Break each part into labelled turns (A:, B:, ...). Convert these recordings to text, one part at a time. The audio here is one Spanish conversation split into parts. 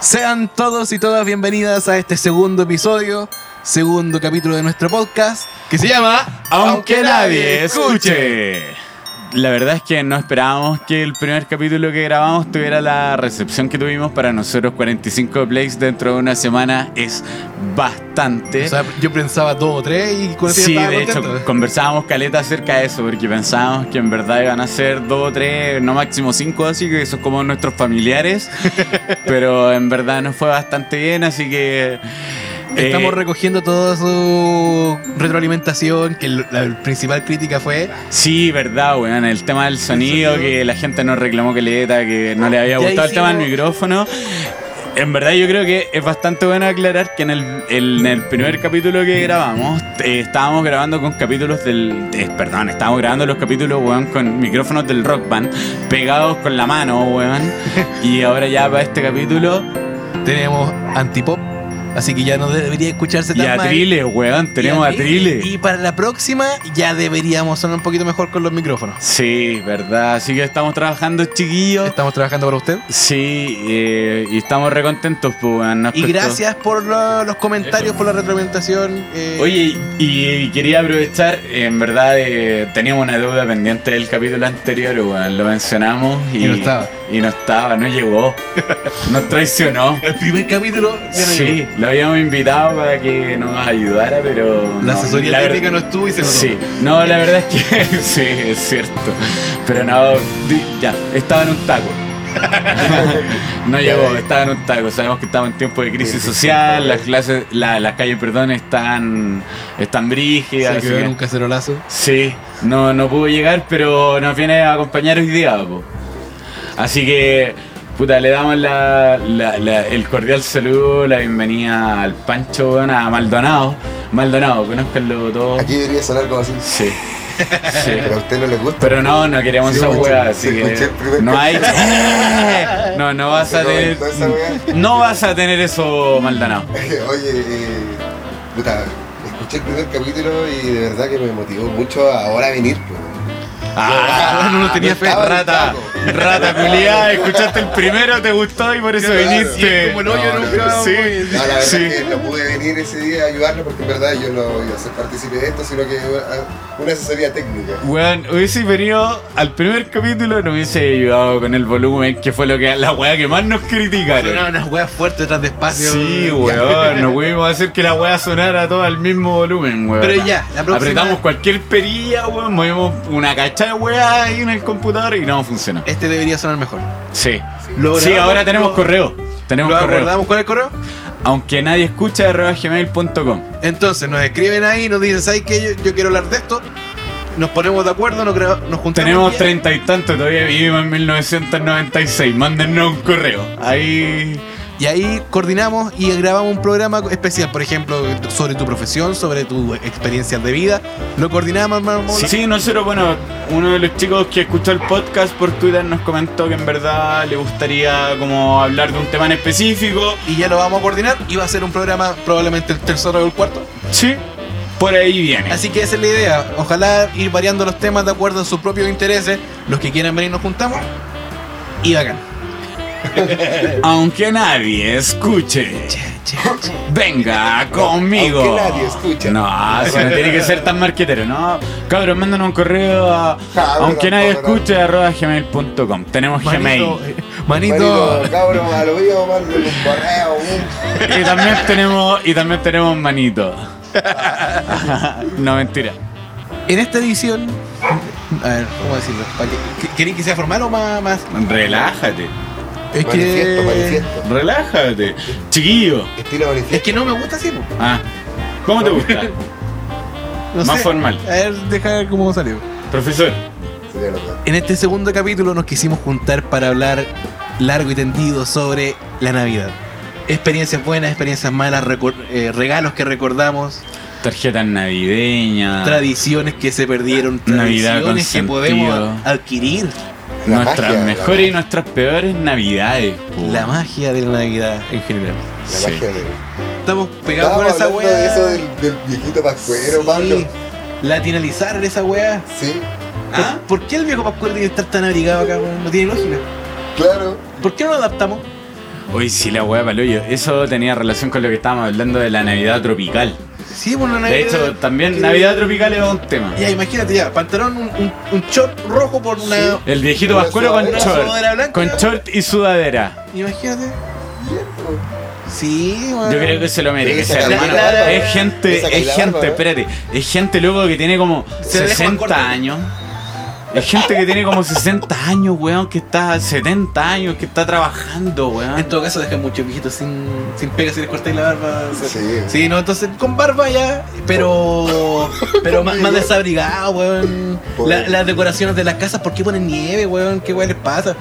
A: Sean todos y todas bienvenidas a este segundo episodio, segundo capítulo de nuestro podcast, que se llama
B: Aunque nadie escuche. La verdad es que no esperábamos que el primer capítulo que grabamos tuviera la recepción que tuvimos para nosotros. 45 plays dentro de una semana es bastante.
A: O sea, yo pensaba dos o tres y con eso ya
B: Sí,
A: estaba
B: de
A: contento.
B: hecho, conversábamos caleta acerca de eso, porque pensábamos que en verdad iban a ser dos o tres, no máximo cinco, así que son como nuestros familiares. Pero en verdad nos fue bastante bien, así que. eh,
A: Estamos recogiendo toda su retroalimentación, que lo- la principal crítica fue
B: Sí, verdad, weón. El tema del sonido,
A: sonido.
B: que la gente nos reclamó que le que no le había
A: Ya
B: gustado el tema del
A: hicimos-
B: micrófono. En verdad yo creo que es bastante bueno aclarar que en el, el- en el primer capítulo que grabamos eh, estábamos grabando con capítulos del... eh, perdón, estábamos grabando los capítulos, weón, con micrófonos del rock band pegados con la mano, weón. Y ahora ya para este capítulo,
A: tenemos antipop, así que ya no debería escucharse
B: y
A: tan mal.
B: atriles, weón, tenemos
A: Y
B: atriles.
A: Y para la próxima ya deberíamos sonar un poquito mejor con los micrófonos.
B: Sí, verdad. Así que estamos trabajando, chiquillos.
A: Estamos trabajando para usted.
B: Sí, eh, y estamos recontentos, pues, weón, nos
A: Y
B: costó.
A: gracias por lo- los comentarios, por la retroalimentación. eh,
B: Oye, y, y quería aprovechar, en verdad, eh, teníamos una deuda pendiente del capítulo anterior, weón, lo mencionamos y,
A: Y no estaba.
B: Y no estaba, no llegó. Nos traicionó.
A: El primer capítulo eh, ya no llegó.
B: Sí, lo habíamos invitado para que nos ayudara, pero.
A: La
B: no,
A: asesoría
B: la ver-
A: técnica no estuvo y se notó.
B: Sí, no, la verdad es que sí, es cierto. Pero no, di- ya, estaba en un taco. no llegó, estaba en un taco. Sabemos que estamos en tiempo de crisis social, las clases, la- las calles, perdón, están, están
A: Se
B: brígidas. así
A: quedó en
B: que-
A: un cacerolazo.
B: sí, no, no pudo llegar, pero nos viene a acompañar hoy día, po. Así que, puta, le damos la- la- la- el cordial saludo, la bienvenida al Pancho, weón, a Maldonado. Maldonado, conozcanlo todos.
C: Aquí debería sonar como así,
B: Sí. Sí.
C: pero a usted no le gusta.
B: Pero no, no queremos
C: Sí,
B: esa
C: escuché-
B: weá,
C: sí,
B: así
C: escuché
B: que.
C: el primer
B: No hay.
C: capítulo.
B: No, no vas a
C: Pero
B: tener.
C: toda esa weá.
B: No vas a tener eso, Maldonado.
C: Oye, eh, puta, escuché el primer capítulo y de verdad que me motivó mucho ahora a venir. pues.
B: Ah,
A: no, no tenía fe.
C: Estaba en
B: Rata,
C: taco.
B: rata culiada, escuchaste el primero, te gustó y por eso
A: Claro, y
B: viniste.
A: es como el hoyo,
C: nunca
A: vamos
B: Sí,
A: a ir.
C: No, la verdad
B: sí.
C: es que no pude venir ese día a ayudarlo porque en verdad yo no iba a ser partícipe de esto, sino que ah, una, una asesoría técnica.
B: Weón, hubiese venido al primer capítulo, no hubiese ayudado con el volumen, que fue lo que la weá que más nos criticaron.
A: Sonaban unas weas fuertes detrás de espacio.
B: Sí, weón, no pudimos hacer que la weá sonara todo al mismo volumen, weón.
A: Pero ya, la próxima-
B: Apretamos cualquier perilla, weón, movimos una cacha de weá ahí en el computador y no funcionó.
A: Este debería sonar mejor.
B: Sí.
A: Lo
B: Sí,
A: grabamos,
B: ahora tenemos
A: lo-
B: correo. Tenemos
A: ¿Lo
B: correo.
A: acordamos con el correo?
B: Aunque nadie escucha, arroba gmail.com.
A: Entonces nos escriben ahí, nos dicen, ¿sabes qué? Yo, yo quiero hablar de esto. Nos ponemos de acuerdo, nos, gra- nos juntamos.
B: Tenemos
A: ya.
B: treinta y tanto, todavía vivimos en 1996. Mándennos un correo. Ahí.
A: Y ahí coordinamos y grabamos un programa especial, por ejemplo, sobre tu profesión, sobre tu experiencias de vida. Lo coordinamos, hermano.
B: Sí, sí, nosotros, bueno, uno de los chicos que escuchó el podcast por Twitter nos comentó que en verdad le gustaría como hablar de un tema en específico.
A: Y ya lo vamos a coordinar y va a ser un programa probablemente el tercero o el cuarto.
B: Sí, por ahí viene.
A: Así que esa es la idea. Ojalá ir variando los temas de acuerdo a sus propios intereses. Los que quieran venir nos juntamos. Y bacán.
B: Aunque nadie escuche, venga conmigo.
C: Aunque nadie escuche.
B: No, eso no tiene que ser tan marquetero, ¿no? Cabros, mándanos un correo a
C: Ja,
B: aunque
C: no,
B: nadie
C: Ah, no, no.
B: escuche arroba gmail.com. Tenemos
A: Manito,
B: Gmail.
A: eh, manito.
C: Manito, cabrón, a lo vivo, mando un correo, un...
B: Y también tenemos, y también tenemos manito. No, mentira.
A: En esta edición. A ver, ¿cómo decirlo? ¿Para que- que- ¿Queréis que sea formal o más? más?
B: Relájate.
A: Es
C: Manifiesto, manifiesto.
B: Relájate. Chiquillo.
C: Estilo manifiesto.
A: Es que no me gusta así. po.
B: Ah. ¿Cómo te gusta?
A: No
B: Más
A: sé.
B: formal.
A: A ver, deja ver cómo salió.
B: Profesor.
C: Sería lo peor.
A: En este segundo capítulo nos quisimos juntar para hablar largo y tendido sobre la Navidad. Experiencias buenas, experiencias malas, recor- eh, regalos que recordamos,
B: Tarjetas navideñas.
A: tradiciones que se perdieron,
B: Ah. Navidad con
A: tradiciones que
B: sentido.
A: podemos adquirir.
C: La
B: nuestras
C: magia, la
B: mejores y
C: magia.
B: nuestras peores navidades. po.
A: La magia de la Navidad en general.
C: La
B: Sí.
C: magia de...
A: Estamos pegados con
C: Estábamos
A: esa
C: hablando de
A: weá.
C: eso del, del viejito pascuero,
A: Sí.
C: Pablo.
A: Latinalizar esa weá.
C: Sí,
A: ¿Por-
B: ¿Ah?
A: ¿Por, qué el viejo Pascual tiene que estar tan abrigado acá, weón? No tiene lógica.
C: claro.
A: ¿Por qué no lo adaptamos?
B: Uy, sí, la hueá palollo. Eso tenía relación con lo que estábamos hablando de la Navidad tropical.
A: Sí, bueno, Navidad.
B: De hecho, también Navidad tropical es un tema.
A: Ya, imagínate ya, pantalón, un, un, un short rojo por una.
C: Sí.
B: El viejito
C: Una
B: vascuero con
C: sudadera,
B: short.
A: sudadera blanca.
B: Con short y sudadera.
A: Imagínate.
C: Bien, pues.
A: Sí, bueno.
B: Yo creo que se lo merece,
C: Esa
B: hermano.
A: caída de barba,
C: eh.
B: Es
C: esa
B: gente,
C: caída
B: es
C: de
B: gente,
C: barba, eh.
B: espérate. Es gente, loco, que tiene como
A: Se la deja más
B: 60
A: corta.
B: años. Es gente que tiene como 60 años, weón, que está 70 años, que está trabajando,
A: En
B: weón.
A: todo caso, deja muchos viejitos sin, sin pega si les cortáis la barba. o sea.
C: Sí.
A: Sí, no, entonces con barba ya, pero pero más, más desabrigado, weón. La- las decoraciones de las casas, ¿por qué ponen nieve, weón? ¿Qué weón les pasa?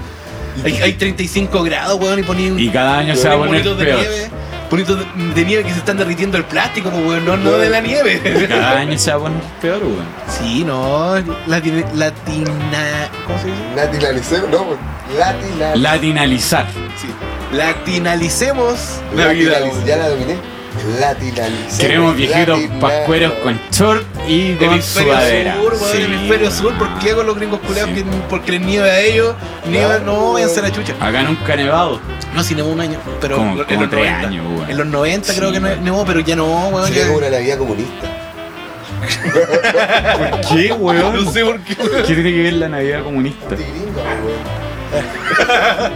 A: Hay, hay 35 grados, weón, y ponen
B: Y cada año se va a
A: ponen
B: poner
A: bolitos de
B: peor.
A: nieve. Bolitos de, de nieve que se están derritiendo el plástico, pues, weón, no, no de la nieve.
B: Cada año se va a poner peor, weón.
A: sí, no, latina, latina, ¿cómo se dice?
C: Latinalicemos, no, pues, latinal-
B: Latinalizar.
A: Sí. Latinalicemos la vida.
C: latinaliz-
A: weón.
C: Ya la dominé. Latinalicemos.
B: Queremos viejitos
C: latina-
B: pascueros con short y con
A: Hemisferio
B: sudadera.
A: sur, weón,
B: Sí,
A: hemisferio
B: weón.
A: sur, ¿por qué hago los gringos culeados?
B: Sí.
A: que- Porque les nieva a ellos, nieva,
C: Claro.
A: no, váyanse a la chucha.
B: Acá nunca ha nevado.
A: No, si nevó un año, pero
B: Como-
A: en
B: como
A: los
B: tres
A: 90.
B: años, weón.
A: En los 90
B: Sí,
A: creo que no
B: weón.
A: nevó, pero ya no, weón.
C: Sería
A: ya-
C: como una Navidad comunista.
B: ¿Qué, weón?
A: Ah, No sé por qué.
B: ¿Qué tiene que ver la Navidad comunista?
C: Tigringo,
B: Ah.
C: güey.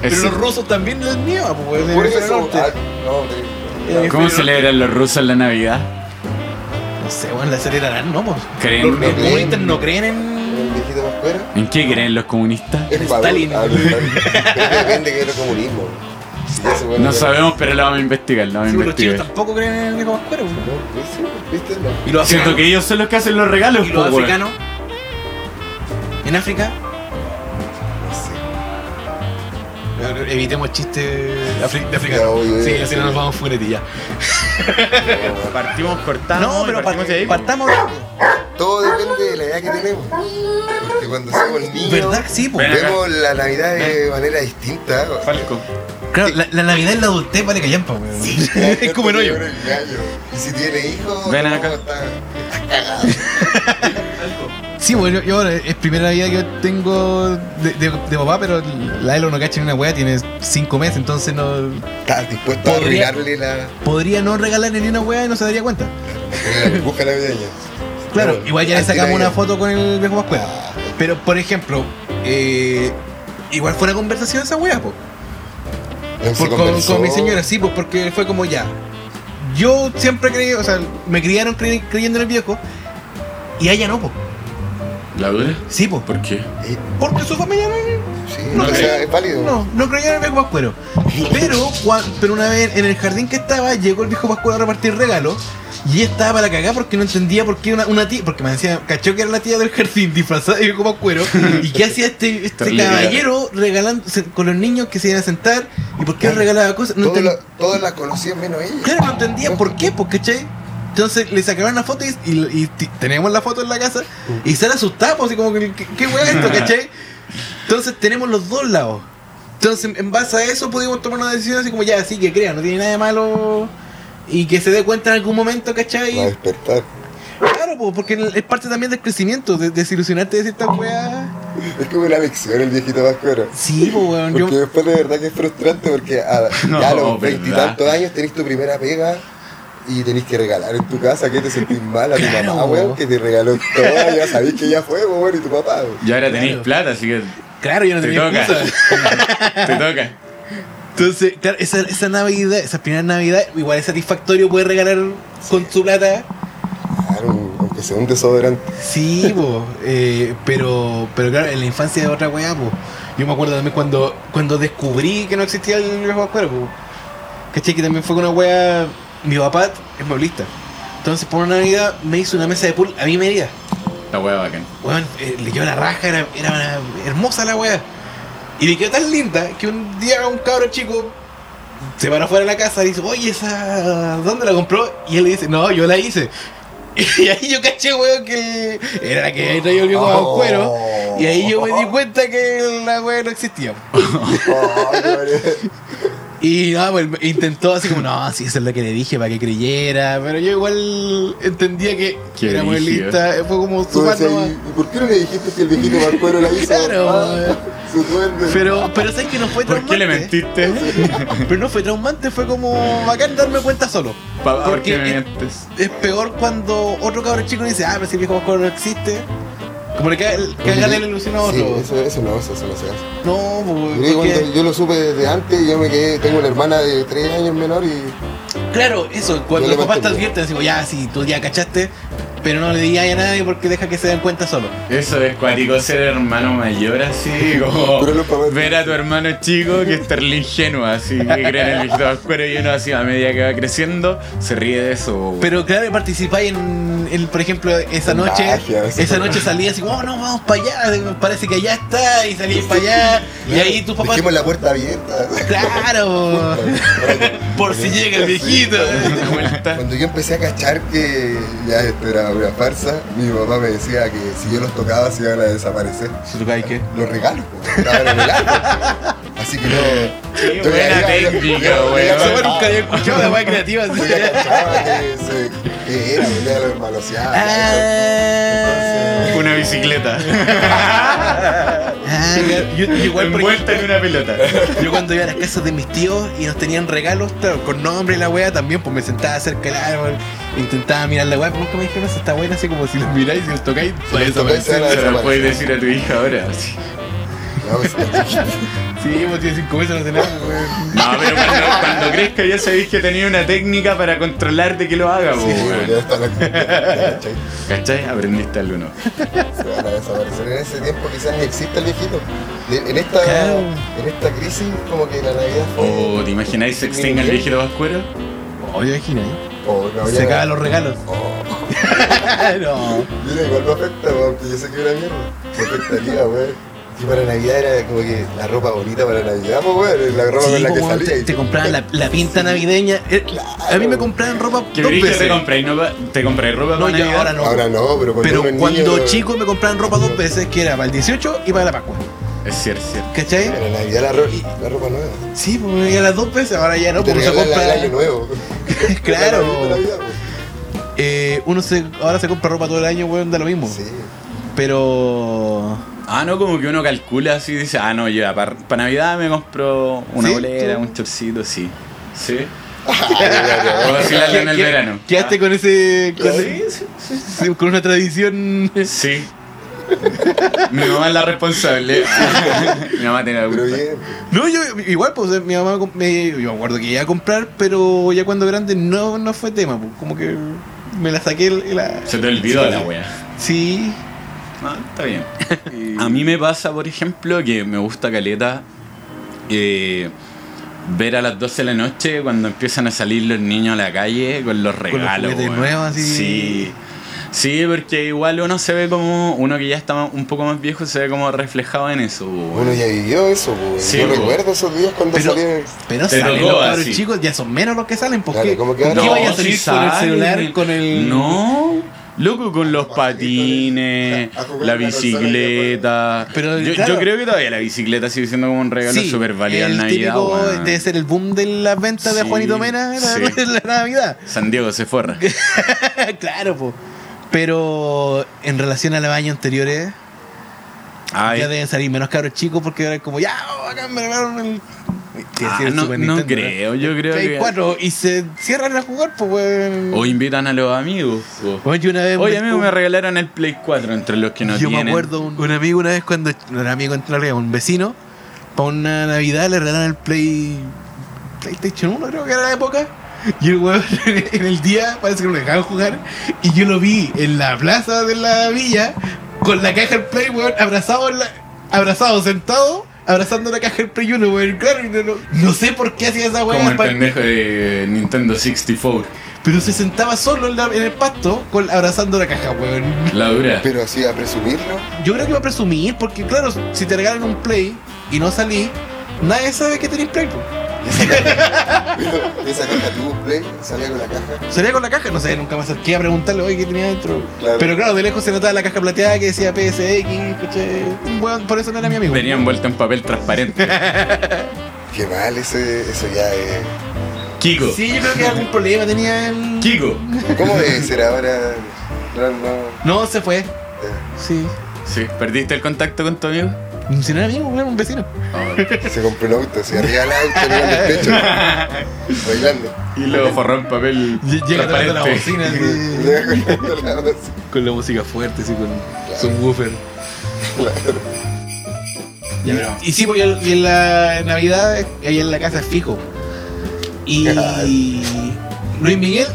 A: Pero
B: Es-
A: los rusos también les nieva, pues, weón. en
C: Por
A: el
C: eso.
A: norte.
C: ah, no, de-
A: Eh,
B: ¿Cómo
A: pero-
B: celebran los rusos la Navidad?
A: No sé, weón, la acelerarán, no, pues.
B: ¿Creen?
A: Los, los
C: creen.
A: comunistas no creen en.
C: El viejito pascuero.
B: ¿En qué creen los comunistas?
C: Es Maduro.
A: Stalin.
C: Ah, pero Stalin. Pero depende que era comunismo. Si ya se vuelve-
B: No sabemos, pero lo vamos a investigar, lo vamos a
A: Sí, pues, los chinos
B: investigar.
A: tampoco creen en el viejo Pascuero, weón.
C: No, ¿viste? ¿Viste? No.
A: Y los
B: Siento
A: africanos.
B: que ellos son los que hacen los regalos,
A: Y los
B: po, weón.
A: africanos. En África.
C: No sé.
A: Evitemos chistes afri- de africanos.
C: Ya, obvio,
A: sí,
C: obvio,
A: así
C: sí.
A: no nos vamos furetilla.
B: Partimos cortando.
A: No, pero
B: partimos de ahí, pues. po.
A: partamos.
C: Todo depende de la edad que tenemos. Porque cuando somos niños.
A: ¿Verdad? Sí, pues.
B: Ven acá.
C: Vemos la Navidad de manera distinta.
B: Falco.
A: Claro, la, la Navidad en la adultez vale callampa, weón. es como en hoyo.
C: Y si tiene hijos.
B: Ven
C: no,
B: acá.
C: está-
A: Sí, bueno, yo, yo ahora es primera Navidad que tengo de, de- de papá, pero la Elo no cacha ni una weá, tiene cinco meses, entonces no.
C: Estás dispuesto a
A: Podría-
C: arruinarle la,
A: Podría no regalarle ni una weá y no se daría cuenta.
C: la burbuja navideña.
A: Claro, igual ya le sacamos una
C: Antinavidad.
A: foto con el viejo Pascuero. Pero, por ejemplo, eh, igual fue una conversación esa weá, po.
C: No se
A: Por- con,
C: conversó.
A: con mi señora, sí, pues porque fue como ya. Yo siempre creí, o sea, me criaron cre- creyendo en el viejo. Y a ella no, pues.
B: ¿La dura?
A: Sí, pues.
B: ¿Por qué?
C: Eh,
A: Porque su familia no,
C: Sí,
A: No,
C: o sea, es válido.
A: no, no creía en el viejo pascuero. Pero, cua- pero una vez en el jardín que estaba, llegó el viejo pascuero a repartir regalos. Y ella estaba para cagar porque no entendía por qué una, una tía. Porque me decía, cachó que era la tía del jardín disfrazada de viejo pascuero. ¿Y qué hacía este, este
B: Terrible.
A: caballero regalando con los niños que se iban a sentar? ¿Y por qué
C: Claro.
A: regalaba cosas? No
C: Todos
A: entendía.
C: la, todos la conocían menos ella.
A: Claro, no entendía por qué, pues, ¿cachai? Entonces le sacaron la foto y, y- y t- teníamos la foto en la casa y se la asustaba, pues, así como que, ¿qué, qué hueá es esto, cachai? Entonces tenemos los dos lados. Entonces, en base a eso pudimos tomar una decisión así como ya, así que crea, no tiene nada de malo y que se dé cuenta en algún momento,
C: Va a
A: ¿cachai?
C: despertar.
A: Claro, pues, porque es parte también del crecimiento, de desilusionarte de ciertas weas.
C: Es como una adicción el viejito vascuero.
A: Sí, pues, weón, yo...
C: Porque después de verdad que es frustrante porque a,
B: No,
C: ya a
B: verdad.
C: los veintitantos años tenés tu primera pega y tenés que regalar en tu casa que te sentís mal a tu
A: Claro.
C: mamá, weón, que te regaló todo, ya sabés que ya fue, weón, y tu papá, weón.
B: Y ahora tenéis
A: Claro.
B: plata, así que
A: Claro, yo no
B: te
A: tenía
B: toca.
A: excusa.
B: te toca.
A: Entonces, claro, esa, esa Navidad, esa primera Navidad, igual es satisfactorio poder regalar con su plata.
C: Claro, aunque sea un desodorante.
A: Sí, po, eh, pero, pero claro, en la infancia de otra weá, po. Yo me acuerdo también cuando, cuando descubrí que no existía el viejo Pascuero, po. ¿Cachai? Que también fue con una weá. Mi papá es mueblista. Entonces, por una Navidad me hizo una mesa de pool a mi medida.
B: La hueá bacán.
A: Weón, eh, le quedó la raja, era, era una- hermosa la weá. Y le quedó tan linda que un día un cabro chico se para afuera de la casa y dice, oye, esa, ¿dónde la compró? Y él le dice, no, yo la hice. Y ahí yo caché, weón, que era la que había traído el viejo al
C: Oh.
A: cuero. Y ahí yo me di cuenta que la weá no existía.
C: Oh, qué
A: Y no, pues, intentó así como, no, sí, eso es lo que le dije para que creyera. Pero yo igual entendía que
B: Qué
A: era muy
B: brígido. Pues
A: lista. Fue como su
C: Tú decías, ¿y por qué no le dijiste que el viejito vascuero la hizo?
A: Claro,
C: Ah,
A: weón.
C: Su duende.
A: Pero, pero sabes que no fue
B: ¿Por
A: traumante.
B: qué le mentiste?
A: Pero no fue traumante, fue como bacán darme cuenta solo.
B: Pa- ¿Por
A: Porque
B: qué me
A: es-
B: mientes?
A: Es peor cuando otro cabrón chico dice, ah, pero si el viejo Vasco no existe. Como le caga, la ilusión a
C: Sí,
A: otro.
C: eso, eso no, eso, eso no se hace.
A: No,
C: Yo
A: pues,
C: creo que
A: porque-
C: cuando yo lo supe desde antes, yo me quedé, tengo una hermana de 3 años menor y
A: Claro, eso, cuando
C: Yo le
A: los papás te
C: mantengo.
A: advierten, digo, ya, sí, tú ya cachaste, pero no le digas a nadie porque deja que se den cuenta solo.
B: Eso es cuático ser hermano mayor así, como
C: Pero los papás-
B: ver a tu hermano chico que está ingenuo, así que cree en el visto oscuro y uno así a medida que va creciendo se ríe de eso. güey.
A: Pero claro, participáis en, el, por ejemplo, esa
C: En
A: noche,
C: magia, eso.
A: esa noche salías así, oh, no, vamos para allá, parece que allá está, y salías para allá, y ahí tus papás,
C: dejemos la puerta abierta.
A: claro, por si llega el viejito.
B: De vuelta.
C: Cuando yo empecé a cachar que ya esto era una farsa, mi papá me decía que si yo los tocaba se iban a desaparecer. Los regalos, po, estaban en el árbol. Así que no.
B: Qué
C: yo
B: buena
C: ya- yo-
B: técnica, weón.
C: yo- yo-
A: Esa weá nunca había escuchado la weá creativa así.
C: Yo ya cachaba que, se, que era, me lo hermanoseaba.
A: Ah,
B: Una bicicleta.
A: ah, claro. yo, yo igual, por
B: Envuelta en
A: ejemplo,
B: una pelota.
A: yo cuando iba a las casas de mis tíos y nos tenían regalos, claro, con nombre y la wea también, pues me sentaba cerca del árbol, intentaba mirar la wea, pero nunca me dijeron, "Esa está buena, así como si los miráis y los tocáis,
C: los
A: pues eso
C: tocáis,
A: parece".
B: Se lo puedes decir a tu hija ahora. así.
C: No, pues,
A: Sí, pues tiene cinco meses no sé nada, pues, weón.
B: No, pero cuando, cuando crezca ya sabéis que tenía una técnica para controlar de que lo haga, po,
C: sí, ya
B: weón.
C: está la- ya, ¿cachai?
B: ¿Cachai? Aprendiste algo nuevo.
C: se van a desaparecer. En ese tiempo quizás ni exista el viejito. En en esta,
A: Claro.
C: en esta crisis, como que la Navidad fue.
B: ¿O Oh, te imagináis se extinga el viejito vascuero?
A: Oye, imagina,
C: o Oh, no,
A: Se
C: ya-
A: cagan los regalos.
C: Oh,
A: no.
C: mira, igual me afecta, weón, porque yo sé que es una mierda. Me afectaría, weón. Y para Navidad era como que la ropa bonita para Navidad, pues, weón. La ropa con
A: Sí,
C: la que
A: como
C: salía.
A: te,
C: y-
A: te compraban la, la pinta navideña. eh, A mí me compraban ropa
B: ¿Qué
A: dos
B: brillo te
A: veces.
B: compráis? ¿No pa- ¿Te compráis ropa
A: No,
B: para
A: yo
B: Navidad?
A: ahora no.
C: Ahora no, pero cuando
A: Pero
C: uno es
A: cuando
C: niño, eh,
A: chico me compraban ropa dos veces, que era para el 18 y para la Pascua.
B: Es cierto, es cierto.
A: ¿Cachai?
C: Para Navidad la, ro- la ropa nueva.
A: Sí, pues ya las dos veces, ahora ya no,
C: te
A: porque pues, se
C: regalan la-
A: compra.
C: el año nuevo.
A: Claro.
C: La ropa de Navidad, pues. weón.
A: Eh, uno se, ahora se compra ropa todo el año, weón, da lo mismo.
C: Sí.
A: Pero.
B: Ah, no, como que uno calcula así y dice, ah, no, ya, para Navidad me compro una
A: ¿Sí?
B: bolera,
A: ¿Tú?
B: un chorcito, sí. ¿Sí? O
C: Ah,
B: así la lana el
A: ¿Qué-
B: verano.
A: Quedaste con ese.
B: Ah,
A: Con,
B: ¿Sí? sí,
A: sí, con una tradición.
B: sí. Sí. Mi mamá es la responsable. Mi mamá tiene la
C: Pero
B: culpa.
C: bien. pues.
A: No, yo igual, pues eh, mi mamá com- me, yo me acuerdo que iba a comprar, pero ya cuando grande no, no fue tema, pues, como que me la saqué el- la...
B: Se te olvidó la wea.
A: Sí.
B: Ah, está bien.
A: Y-
B: A mí me pasa, por ejemplo, que me gusta caleta eh, ver a las 12 de la noche cuando empiezan a salir los niños a la calle con los
A: los
B: regalos.
A: juguetes
B: weón.
A: nuevos, así.
B: Sí. Sí, porque igual uno se ve como, uno que ya está un poco más viejo se ve como reflejado en eso. weón.
C: Uno ya vivió eso, weón.
B: Sí,
C: yo
B: weón.
C: recuerdo esos días cuando
A: pues. Pero-
C: salían.
A: Pero
B: Te
A: salen
B: tocó
A: los cabros
B: así.
A: chicos, ya son menos los que salen, ¿por
C: Claro,
A: qué?
C: como que
A: ¿Por
C: ahora-
A: qué
C: No,
A: vaya a
B: sí
A: salir con el
B: salen.
A: celular, con el...
B: No, loco, con los patines,
C: A jugar
B: la
C: en la consola
B: bicicleta.
A: Pero,
B: yo,
A: claro.
B: yo creo que todavía la bicicleta sigue siendo como un regalo
A: Sí,
B: súper válido en
A: el
B: Navidad.
A: típico
B: weón.
A: debe ser el boom de las ventas de
B: Sí,
A: Juanito Mena en la,
B: sí.
A: en la Navidad.
B: San Diego se forra.
A: claro, pues. Pero en relación a los años anteriores,
B: Ay,
A: ya deben salir menos cabros chicos porque ahora es como, ya, oh, acá me regalaron el...
B: ah,
A: Sí, el
B: no,
A: Super
B: no
A: Nintendo,
B: creo, yo creo
A: Play
B: que...
A: 4 y se cierran a jugar, pues, weón.
B: O invitan a los amigos. po.
A: Weón, yo una vez.
B: Oye,
A: un-
B: amigo, me regalaron el Play 4 entre los que no
A: Yo
B: tienen.
A: me acuerdo un, un amigo una vez cuando. No era amigo, en realidad, un vecino. Para una Navidad le regalaron el Play. PlayStation 1, creo que era la época. Y el weón en el día parece que lo dejaban jugar. Y yo lo vi en la plaza de la villa con la caja del Play, weón, abrazado, en la- abrazado sentado. Abrazando la caja del Play 1, weón, claro, y no, no- no sé por qué hacía esa weá.
B: Como el
A: pa-
B: pendejo de Nintendo 64.
A: Pero se sentaba solo en, la- en el pasto con, abrazando la caja, weón.
B: La dura.
C: Pero así a presumirlo.
A: Yo creo que va a presumir, porque claro, si te regalan un play y no salí, nadie sabe que tenés play. po.
C: Pero esa caja tuvo un play, salía con la caja.
A: Salía con la caja, no sé, nunca me acerqué a preguntarle hoy qué tenía dentro.
C: Claro.
A: Pero claro, de lejos se notaba la caja plateada que decía PSX, coche. Bueno, por eso no era mi amigo.
B: Venía envuelto en papel transparente.
C: Qué mal, ese, eso ya es.
B: Kiko.
A: Sí, yo creo que algún problema tenía el.
B: Kiko.
C: ¿Cómo debe ser ahora? No, no.
A: No, se fue. Sí.
B: Sí, ¿perdiste el contacto con tu amigo?
A: Si no era amigo, era un vecino.
C: Se compró el auto, se arriba el auto, mirando el techo, bailando.
B: Y luego forró el papel.
A: Lle- Llega atrás de la
B: transparente.
A: bocina
C: Y
A: así,
C: luego con la otra así,
A: con la música fuerte, así, con subwoofer.
C: claro.
A: Y- Y sí, pues, y el- y en la Navidad, allá en la casa es fijo. Y
C: Claro.
A: Luis Miguel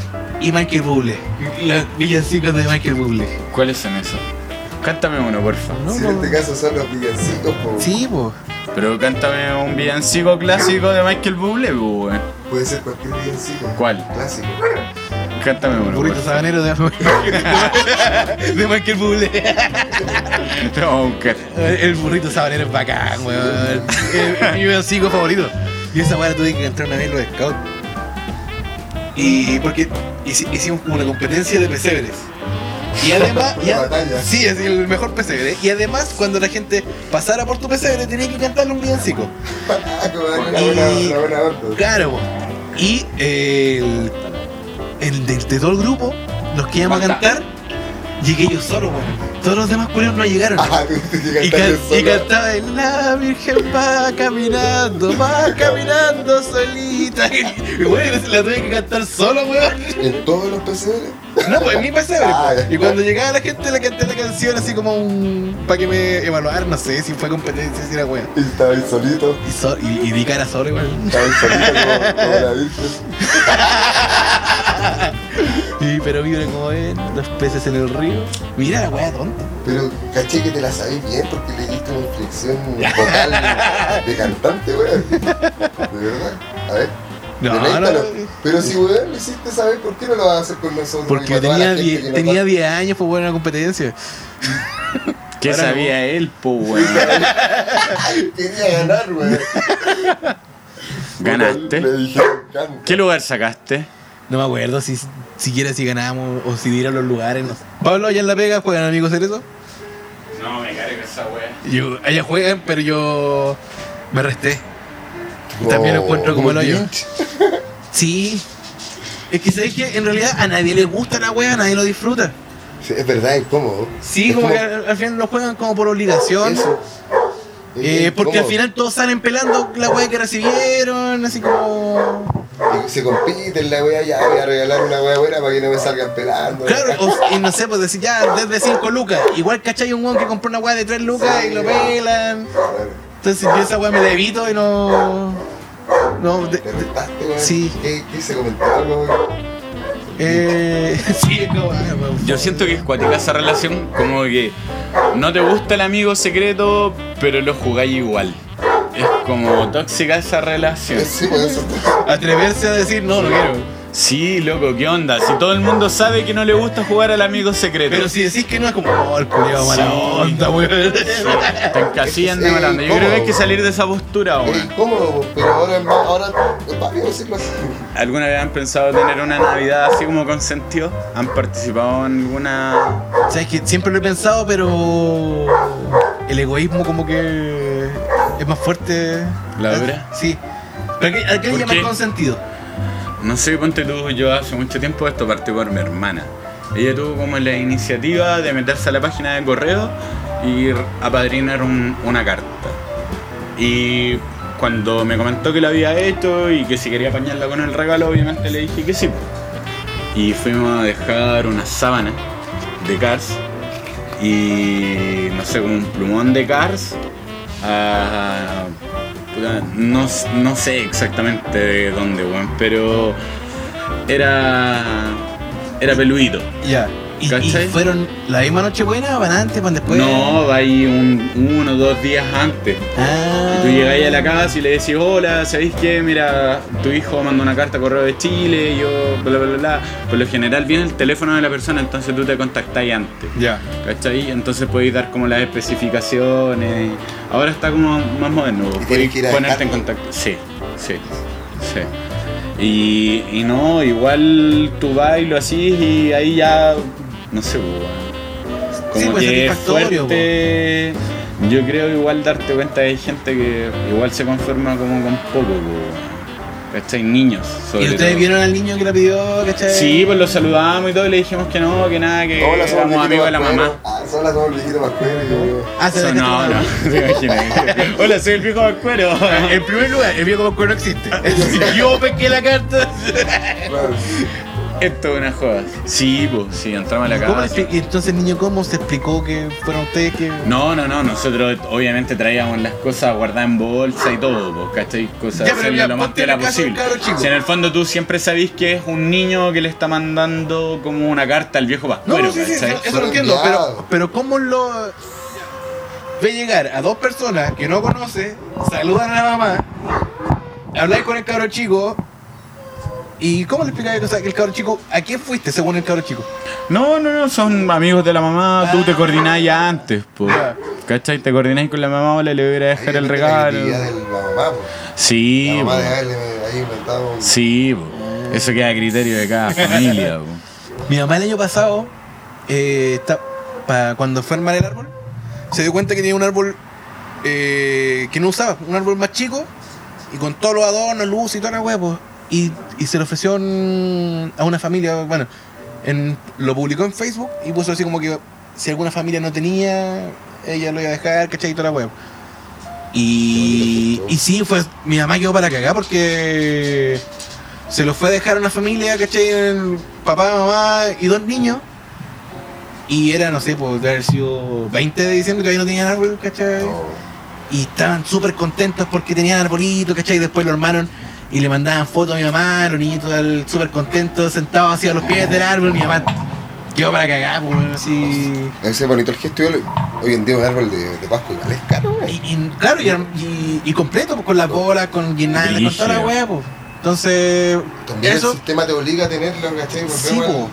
A: y Michael Bublé. Los villancicos de Michael Bublé.
B: ¿Cuáles son esos? Cántame uno, porfa.
A: No,
C: Si
A: no.
C: en este caso son los villancicos, po.
A: Sí, pues.
B: Pero cántame un villancico clásico de Michael Bublé, po, weón.
C: puede ser cualquier villancico.
B: ¿Cuál?
C: Clásico.
B: Cántame uno.
A: Burrito
B: porfa.
A: sabanero de, de Michael Bublé.
B: Te vamos a buscar.
A: Eh, El burrito sabanero es bacán, weón. Es mi villancico favorito. Y esa weá la tuve que entrar una vez en los scouts. Y porque hici- hicimos como una competencia de pesebres. Y además,
C: Una
A: y a-
C: batalla.
A: sí, es el mejor pesebre. Y además, cuando la gente pasara por tu pesebre, tenía que cantarle un villancico.
C: Ah, que va a dar una buena- una buena onda.
A: Claro, po. y eh, el, el de, de todo el grupo, los que íbamos a
B: Basta.
A: cantar, llegué yo solo, po. todos los demás culeros no llegaron.
C: Ah, tuviste que
A: Y,
C: cantar
A: can-
C: el solo.
A: y cantaba el la virgen va caminando, va caminando solita. Y bueno, la tuve que cantar solo, weón.
C: En todos los pesebres.
A: No, pues en mi pesebre.
C: Ah,
A: po.
C: ya.
A: y cuando llegaba la gente le canté la canción así como un. para que me evaluaran, no sé si fue competencia, si era weón.
C: Y estaba ahí solito.
A: Y, so- y, y di cara solo, weón.
C: Estaba ahí solito como, como la virgen.
A: Y pero mira como ven, los peces en el río. Mira la weá tonta.
C: Pero caché que te la sabí bien porque le diste una inflexión vocal de cantante, weón. De verdad. A ver.
A: No,
C: deleítalo.
A: no.
C: Pero si weón lo hiciste saber, ¿por qué no lo vas a hacer con nosotros? y
A: Porque
C: con toda
A: tenía
C: la gente
A: 10
C: que nos
A: tenía 10 años pues, por buena competencia.
B: ¿Qué
A: Ahora
B: sabía él, po, weón?
C: va- Quería ganar, weón. Le
B: ¿Ganaste?
C: dije, "Canta".
B: ¿Qué lugar sacaste?
A: No me acuerdo si siquiera si ganábamos o si dieron los lugares. no sé. Pablo, allá en La Vega juegan amigos Cerezo.
B: No, me cargo esa weá.
A: Yo, allá juegan, pero yo me resté. También lo encuentro como el hoyo.
C: Grinch.
A: Sí. Es que sabes que en realidad a nadie le gusta la wea, a nadie lo disfruta.
C: Sí, es verdad, incómodo.
A: Sí,
C: Es
A: como que al, al final lo juegan como por obligación.
C: Eso. Es
A: Eh,
C: bien
A: porque al
C: incómodo.
A: final todos salen pelando la wea que recibieron, así como.
C: Y se compiten la wea, ya voy a regalar una wea buena para que no me salgan pelando.
A: Claro, o- y no sé, pues decir ya, desde 5 lucas. Igual cachai un weón que compró una weá de 3 lucas y lo pelan.
C: Claro.
A: Entonces yo esa weá me la evito y no. No, de-
C: Te
A: de-
C: retaste, weón.
A: Sí.
C: ¿Qué, qué se comentaba algo?
A: eh, sí, es como, ah, weón.
B: Yo siento que es cuática esa relación, como que no te gusta el amigo secreto, pero lo jugáis igual. Es como tóxica esa relación.
C: Sí, por eso.
A: Atreverse a decir no, no quiero.
B: Sí, loco, ¿qué onda? Si todo el mundo sabe que no le gusta jugar al amigo secreto.
A: Pero si decís que no es como, oh, el culiao mala
B: Sí.
A: onda, weón.
B: Te encasillan de
C: Sí,
B: mala onda. Yo
C: ¿cómo?
B: creo que hay que salir de esa postura
C: Era
B: ahora.
C: incómodo, pero ahora es más, ahora es válido decirlo así.
B: Eh, ¿Alguna vez han pensado tener una Navidad así como con sentido? ¿Han participado en alguna...?
A: Sabes que siempre lo he pensado, pero. El egoísmo como que. Es más fuerte.
B: ¿La dura?
A: Sí. Pero aquí, aquí
B: ¿Por
A: hay más
B: qué?
A: consentido.
B: No sé, ponte tú, yo hace mucho tiempo esto partió por mi hermana. Ella tuvo como la iniciativa de meterse a la página de correo y r- apadrinar un- una carta. Y cuando me comentó que lo había hecho y que si quería apañarla con el regalo, obviamente le dije que sí. Y fuimos a dejar una sábana de Cars y no sé, como un plumón de Cars a- puta, no, s- no sé exactamente de dónde, weón, pero era. Era peludito.
A: Ya. ¿Y, y
B: ¿Cachai?
A: fueron la misma noche buena o van antes, van después?
B: No, va ahí un, uno o dos días antes.
A: Ah.
B: Y tú llegas ahí a la casa y le decís, hola, ¿sabéis qué? Mira, tu hijo mandó una carta a correo de Chile, yo, bla, bla, bla, bla. Por lo general viene el teléfono de la persona, entonces tú te contactáis antes.
A: Ya.
B: ¿Cachai? Entonces podéis dar como las especificaciones. Ahora está como más moderno.
C: tienes
B: Podéis
C: que ir a
B: ponerte en
C: dejarlo.
B: contacto. Sí, sí, sí. Y, y no, igual tú vas y lo haces y ahí ya. No sé, pues, weón.
A: Sí,
B: como
A: pues,
B: que es
A: satisfactorio,
B: fuerte. Yo creo igual darte cuenta de gente que igual se conforma como con poco, pues, weón. ¿cachai? Niños. sobre
A: ¿Y ustedes
B: todo.
A: vieron al niño que la pidió, cachai?
B: Sí, pues lo saludamos y todo, y le dijimos que no, que nada, que
C: Hola, somos
B: éramos Eh, amigos de la mamá.
C: Ah, hola, somos Liquito Pascuero. y yo-
A: Ah, se
B: Eso
A: ve que
B: no,
A: está-
B: no, te imaginas. Hola, soy el viejo del cuero.
A: En primer lugar, el viejo Pascuero no existe.
B: Yo pesqué la carta.
C: Claro.
B: Esto es una joda. Sí, pues, sí, entramos a la
A: ¿Cómo le
B: casa.
A: expli- y entonces, niño, ¿cómo se explicó que fueron ustedes que.?
B: No, no, no, nosotros obviamente traíamos las cosas guardadas en bolsa y todo, po, ¿cachai? Cosas
A: Ya, pero
B: hacerlo
A: ya,
B: lo más
A: ponte en
B: tela
A: el caso de un
B: posible.
A: cabro chico.
B: Si en el fondo tú siempre sabís que es un niño que le está mandando como una carta al viejo
A: No,
B: pascuero,
A: sí, sí,
B: ¿cachai?
A: eso lo entiendo, pero, pero ¿cómo lo ve llegar a dos personas que no conoce, saludan a la mamá, habláis con el cabro chico y cómo le explicáis o sea, que el cabro chico, ¿a quién fuiste según el cabro chico?
B: No, no, no, son amigos de la mamá, tú te coordinás ya antes, po.
A: Ah. Ya.
B: ¿Cachai? Te coordinás con la mamá, hola, le voy a ir a dejar el
C: Ahí
B: regalo.
C: La actividad de la mamá, po.
B: Sí, pues.
C: La
B: po.
C: mamá de Ale me- ahí inventaba un.
B: sí, po. eso queda a criterio de cada familia. po.
A: Mi mamá el año pasado, eh, está- pa- cuando fue a armar el árbol, se dio cuenta que tenía un árbol eh, que no usaba, un árbol más chico, y con todos los adornos, luz y toda la huevo. Y, y se lo ofreció en- a una familia, bueno, en- lo publicó en Facebook y puso así como que si alguna familia no tenía, ella lo iba a dejar, ¿cachai? Y toda la huevo. Y, y sí, fue, mi mamá quedó para cagar porque se lo fue a dejar a una familia, ¿cachai? El papá, mamá y dos niños. Y era, no sé, pues debe haber sido 20 de diciembre que ahí no tenían árbol, ¿cachai?
C: No.
A: Y estaban súper contentos porque tenían arbolito, ¿cachai? Después lo armaron y le mandaban fotos a mi mamá, los niñitos al- súper contentos, sentados así a los pies del árbol. Mi mamá quedó para cagar, pues, bueno, así.
C: Ese bonito el gesto. igual, Hoy en día un árbol de, de Pascua igual es caro,
A: Y,
C: güey.
A: y, claro, y, y- y completo, pues, con las bolas, con guirnaldas, con toda la
B: Brígido.
A: wea, pues. Entonces,
C: También
A: eso.
C: el sistema te obliga a tenerlo, ¿cachai? Porque,
A: Sí,
C: bueno,
A: po.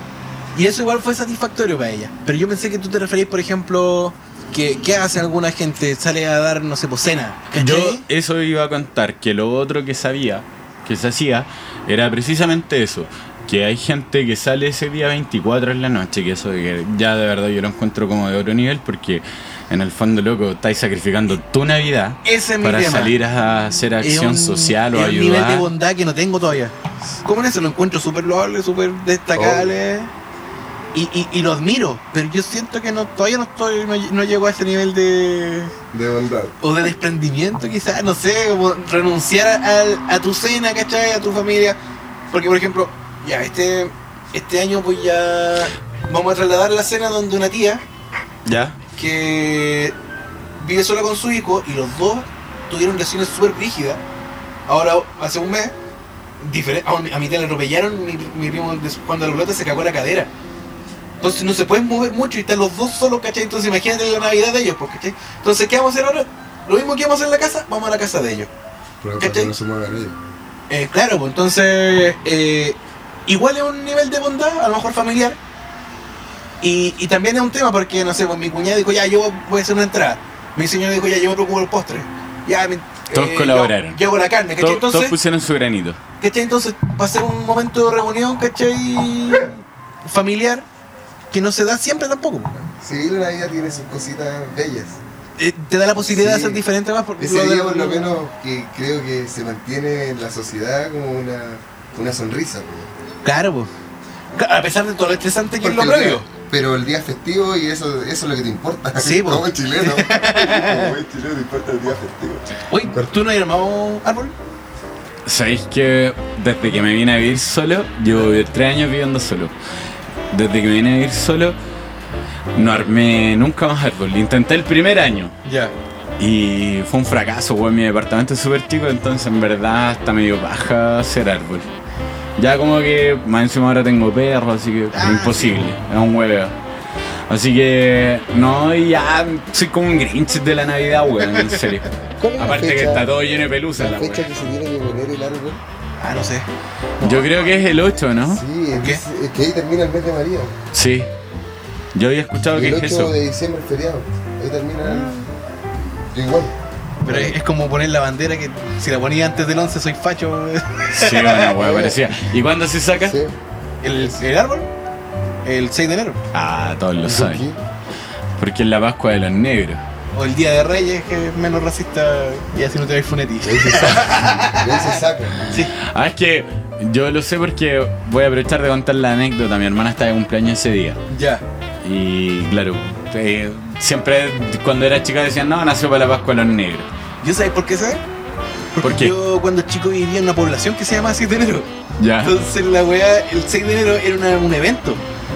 A: Y eso igual fue satisfactorio para ella. Pero yo pensé que tú te referís, por ejemplo, que ¿qué hace alguna gente? Sale a dar, no sé, pues cena. ¿cachai?
B: Yo eso iba a contar, que lo otro que sabía, que se hacía, era precisamente eso. Que hay gente que sale ese día 24 en la noche, que eso de que ya de verdad yo lo encuentro como de otro nivel, porque en el fondo, loco, estáis sacrificando tu Navidad
A: Ese es mi
B: para
A: tema.
B: salir a hacer
A: Es
B: acción
A: un-
B: social o
A: es un nivel de
B: ayudar.
A: bondad que no tengo todavía. ¿Cómo en eso? Lo encuentro súper loable, súper destacable.
B: Oh.
A: Y, y, y lo admiro, pero yo siento que no todavía no estoy no, no llego a ese nivel de.
C: De bondad.
A: o de desprendimiento, quizás, no sé, como renunciar a, a- a tu cena, ¿cachai? A tu familia. Porque, por ejemplo, ya este, este año, pues ya vamos a trasladar la cena donde una tía
B: ¿Ya?
A: que vive sola con su hijo y los dos tuvieron relaciones súper rígidas. Ahora, hace un mes, difere- a, un- a mi tía le atropellaron, mi, mi primo des- cuando la pelota se cagó la cadera. Entonces no se pueden mover mucho y están los dos solos, ¿cachai? Entonces imagínate la Navidad de ellos, pues, ¿cachai? Entonces, ¿qué vamos a hacer ahora? Lo mismo que vamos a hacer en la casa, vamos a la casa de ellos.
C: Pero
A: ¿Cachai?
C: para que no se muevan ellos.
A: Eh, claro, pues entonces eh, igual es un nivel de bondad, a lo mejor familiar. Y, y también es un tema porque, no sé, pues mi cuñada dijo, ya, yo voy a hacer una entrada. Mi señor dijo, ya, yo otro cubo el postre. Ya, mi-
B: Todos
A: eh,
B: colaboraron.
A: Yo, yo hago la carne,
B: To-
A: ¿cachai?
B: todos
A: Entonces,
B: pusieron su granito.
A: ¿cachai? Entonces va a ser un momento de reunión, ¿cachai? Familiar, que no se da siempre tampoco.
C: Sí, la Navidad tiene sus cositas bellas.
A: Eh, te da la posibilidad
C: Sí.
A: de hacer diferente más. Por,
C: Ese
A: lo
C: día,
A: del-
C: por lo menos, que creo que se mantiene en la sociedad como una, una sonrisa. po.
A: Claro, pues. Claro, A pesar de todo lo estresante que es lo
C: Porque
A: previo.
C: Pero el día festivo y eso, eso es lo que te importa.
A: Sí, po.
C: como el chileno. como buen chileno te importa el día festivo.
A: Oye, ¿tú no has armado árbol?
B: Sabéis que desde que me vine a vivir solo, llevo tres años viviendo solo. Desde que me vine a vivir solo, no armé nunca más árbol. Intenté el primer año
A: Ya.
B: y fue un fracaso, weón. Mi departamento es súper chico, entonces en verdad está medio baja hacer árbol. Ya como que más encima ahora tengo perro, así que
A: Ah,
B: es imposible, es un hueveo. Así que no, y ya soy como un grinch de la Navidad, weón, en serio.
C: ¿Cómo la
B: Aparte que
C: fecha-
B: está todo lleno de pelusa
C: La
B: la
C: fecha
B: weón.
C: que se tiene que poner el árbol.
A: Ah, no sé.
B: Yo creo que es el 8, ¿no?
C: Sí,
A: ¿Qué?
C: es, es que ahí termina el mes de María.
B: Sí. Yo había escuchado que
C: el
B: es
C: 8
B: eso.
C: de diciembre el feriado. Ahí termina. Yo igual.
A: Pero es es como poner la bandera que si la ponía antes del 11 soy facho.
B: Sí, una hueá parecía. ¿Y cuándo se saca?
C: Sí.
A: ¿El, el árbol? El 6 de enero.
B: Ah, todos lo
C: ¿Por
B: saben.
C: qué?
B: Porque es la Pascua de los Negros.
A: O el Día de Reyes, que es menos racista y así no te funetti.
C: Y ahí se saca. Y ahí se saca.
A: Sí.
B: Ah, es que yo lo sé porque voy a aprovechar de contar la anécdota. Mi hermana está de cumpleaños ese día.
A: Ya.
B: Y claro, eh, siempre cuando era chica decían, no, nació para la Pascua los negros.
A: ¿Yo sabes por qué sabes? Porque
B: ¿Por qué?
A: yo cuando chico vivía en una población que se llama 6 de enero.
B: Ya.
A: Entonces la weá, el 6 de enero era una- un evento.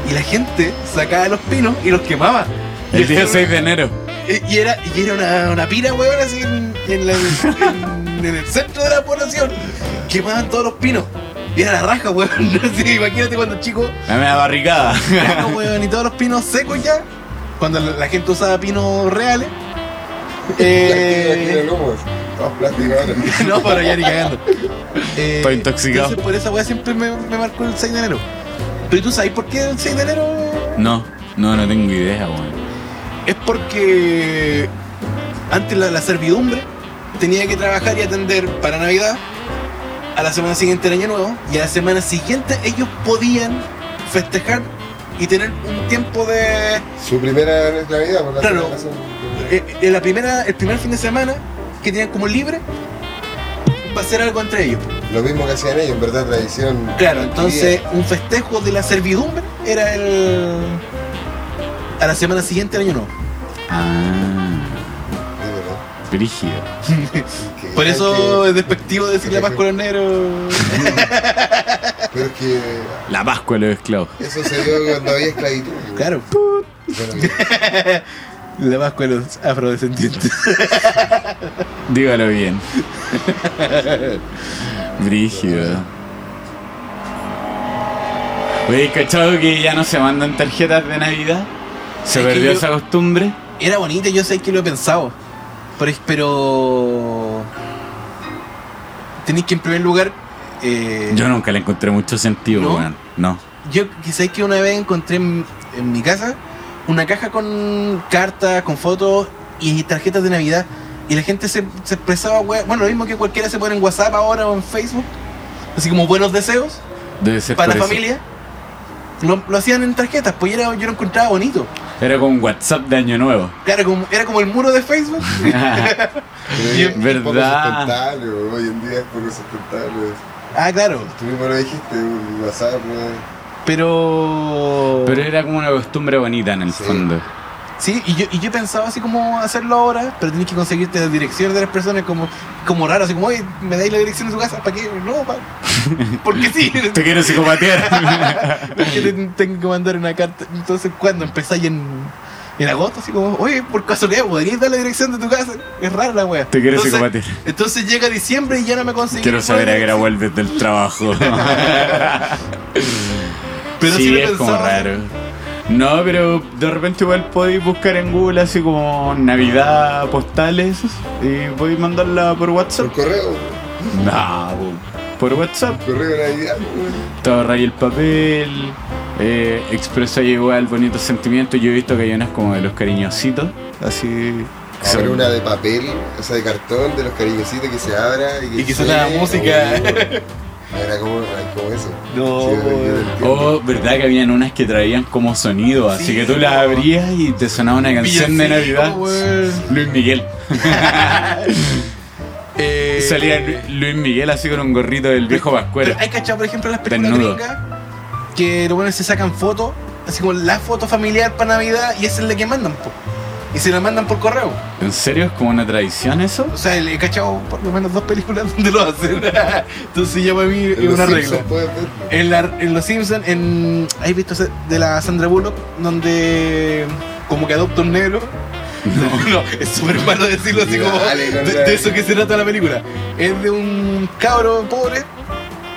A: Y la gente sacaba los pinos y los quemaba. Y
B: El día
A: pueblo-
B: 6 de enero.
A: Eh, Y y era, y era una, una pira, weón, así en, en la- en- en el centro de la población. Quemaban todos los pinos. Y era la raja, weón. Así, imagínate cuando chico,
B: La media barricada.
A: raja, weón, y todos los pinos secos ya. Cuando la, la gente usaba pinos reales.
C: Tiene
A: Eh,
C: lumos. Todas plásticas.
A: no, pero ya ni cagando. Eh,
B: Estoy intoxicado.
A: Entonces, por esa weá siempre me, me marcó el 6 de enero. Pero ¿y tú sabes por qué el 6 de enero?
B: No, no, no tengo idea, weón.
A: es porque antes la, la servidumbre tenía que trabajar y atender para Navidad, a la semana siguiente el Año Nuevo, y a la semana siguiente ellos podían festejar y tener un tiempo de...
C: Su primera Navidad, por la
A: Claro.
C: celebración.
A: eh, eh, la primera, el primer fin de semana que tenían como libre para hacer algo entre ellos.
C: Lo mismo que hacían ellos, en verdad, tradición.
A: Claro,
C: adquirida.
A: entonces un festejo de la servidumbre era el... a la semana siguiente el Año Nuevo.
B: Ah,
C: Sí, ¿verdad?
B: brígido.
C: Que-
A: Por eso
C: que-
A: es despectivo decirle a Pascual Negro.
C: Pero es que
B: La Pascua de los esclavos.
C: eso se dio cuando había esclavitud. güey.
A: Claro.
C: Bueno, que-
A: La Pascua de los afrodescendientes.
B: Dígalo bien. Brígido. Oye, ¿cachado que ya no se mandan tarjetas de Navidad? ¿Se
A: Es que
B: perdió
A: yo-
B: esa costumbre?
A: Era bonita, yo sé que lo he pensado. Pero, es- pero tenéis que en primer lugar. eh,
B: Yo nunca le encontré mucho sentido,
A: ¿No?
B: weón. No.
A: Yo quizás que una vez encontré en, en mi casa una caja con cartas, con fotos y tarjetas de Navidad. Y la gente se, se expresaba, wea- bueno, lo mismo que cualquiera se pone en WhatsApp ahora o en Facebook. Así como buenos deseos
B: Debe ser
A: para
B: por
A: la
B: eso.
A: familia. Lo, lo hacían en tarjetas, pues yo, era- yo lo encontraba bonito.
B: Era con WhatsApp de Año Nuevo.
A: Claro, como, era como el muro de Facebook.
C: que es
B: Verdad.
C: poco sustentable, güey. hoy en día es poco sustentable.
A: Ah, claro.
C: Tú mismo lo dijiste, un WhatsApp, ¿no?
A: Pero.
B: Pero era como una costumbre bonita en el
C: Sí.
B: fondo.
A: Sí, y yo, y yo pensaba así como hacerlo ahora, pero tenés que conseguirte la dirección de las personas como, como raro, así como, oye, ¿me dais la dirección de su casa? ¿Para qué? No, pa... porque sí,
B: Te quiero psicopatear.
A: porque te- tengo que mandar una carta. Entonces, cuando empezáis en, en agosto, así como, oye, por casualidad, ¿podrías dar la dirección de tu casa? Es rara la wea.
B: Te quiero
A: entonces,
B: psicopatear.
A: entonces llega diciembre y ya no me conseguí.
B: Quiero saber a qué hora
A: Pero
B: vuelves del trabajo.
A: sí,
B: sí,
A: lo
B: es como
A: pensaba.
B: raro. No, pero de repente igual podéis buscar en Google así como Navidad, postales, y podéis mandarla por WhatsApp.
C: Por correo,
B: No, por WhatsApp.
C: correo de Navidad. güey.
B: Te ahorráis el papel, eh, expresáis igual bonitos sentimientos. Yo he visto que hay unas como de los cariñositos, así. que son-
C: Ahora una de papel, o sea, de cartón, de los cariñositos que se abra y que,
A: Y que suena la música.
C: Oh, era como, era como eso.
A: No,
C: Sí, yo- yo
A: güey.
C: entiendo.
B: Oh, verdad que habían unas que traían como sonido, así
A: Sí,
B: que tú las
A: no.
B: abrías y te sonaba una canción de
A: Villancico,
B: Navidad.
A: weón.
B: Luis Miguel.
A: Eh,
B: Salía Lu- Luis Miguel así con un gorrito del viejo Pascuero.
A: Pero hay cachado, por ejemplo, las películas
B: Desnudo.
A: gringas que los buenos se sacan fotos, así como la foto familiar para Navidad y esa es la que mandan, po. Y se la mandan por correo.
B: ¿En serio es como una tradición eso?
A: O sea, he cachado por lo menos dos películas donde lo hacen. Entonces ya para mí es
C: En Los
A: una
C: Simpsons
A: regla.
C: puedes verlo.
A: En, la- en Los Simpsons, en, ¿hay visto ese- de la Sandra Bullock? Donde como que adopta un negro. No, no, es súper malo decirlo así como de,
C: Dale, dale.
A: de eso que se trata la película. Es de un cabro pobre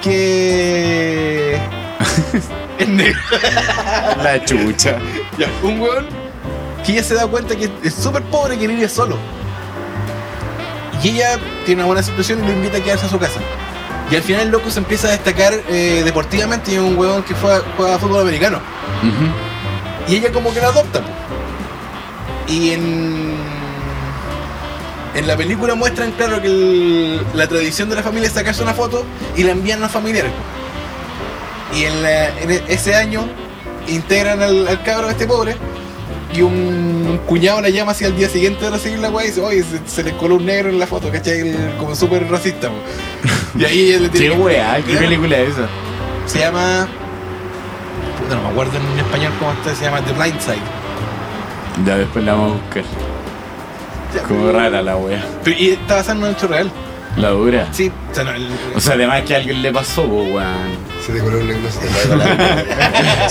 A: que es negro.
B: La chucha.
A: Ya, un weón que ella se da cuenta que es súper pobre que vive solo. Y ella tiene una buena situación y lo invita a quedarse a su casa. Y al final el loco se empieza a destacar eh, deportivamente y es un weón que fue a- juega fútbol americano.
B: Ujú.
A: Y ella como que la adopta. po. Y en, en la película muestran claro que el- la tradición de la familia es sacarse una foto y la envían a los familiares. po. Y en, la- en e- ese año integran al, al cabro este pobre y un cuñado la llama así al día siguiente de recibir la weá y dice, oye, se, se le coló un negro en la foto, ¿cachai? El- como súper racista, po. Y ahí ella le
B: Qué
A: tiene que-
B: weá, qué película es esa.
A: Se llama... Puta, no me acuerdo en español cómo está, se llama The Blind Side.
B: Ya después la vamos a buscar. Como rara la wea.
A: Pero- Y está basado en un hecho real.
B: La dura.
A: Sí, o sea, no, el-
B: O sea, además que a alguien le pasó, po, weón.
C: Se te coló un negro, se te cayó la lágrima.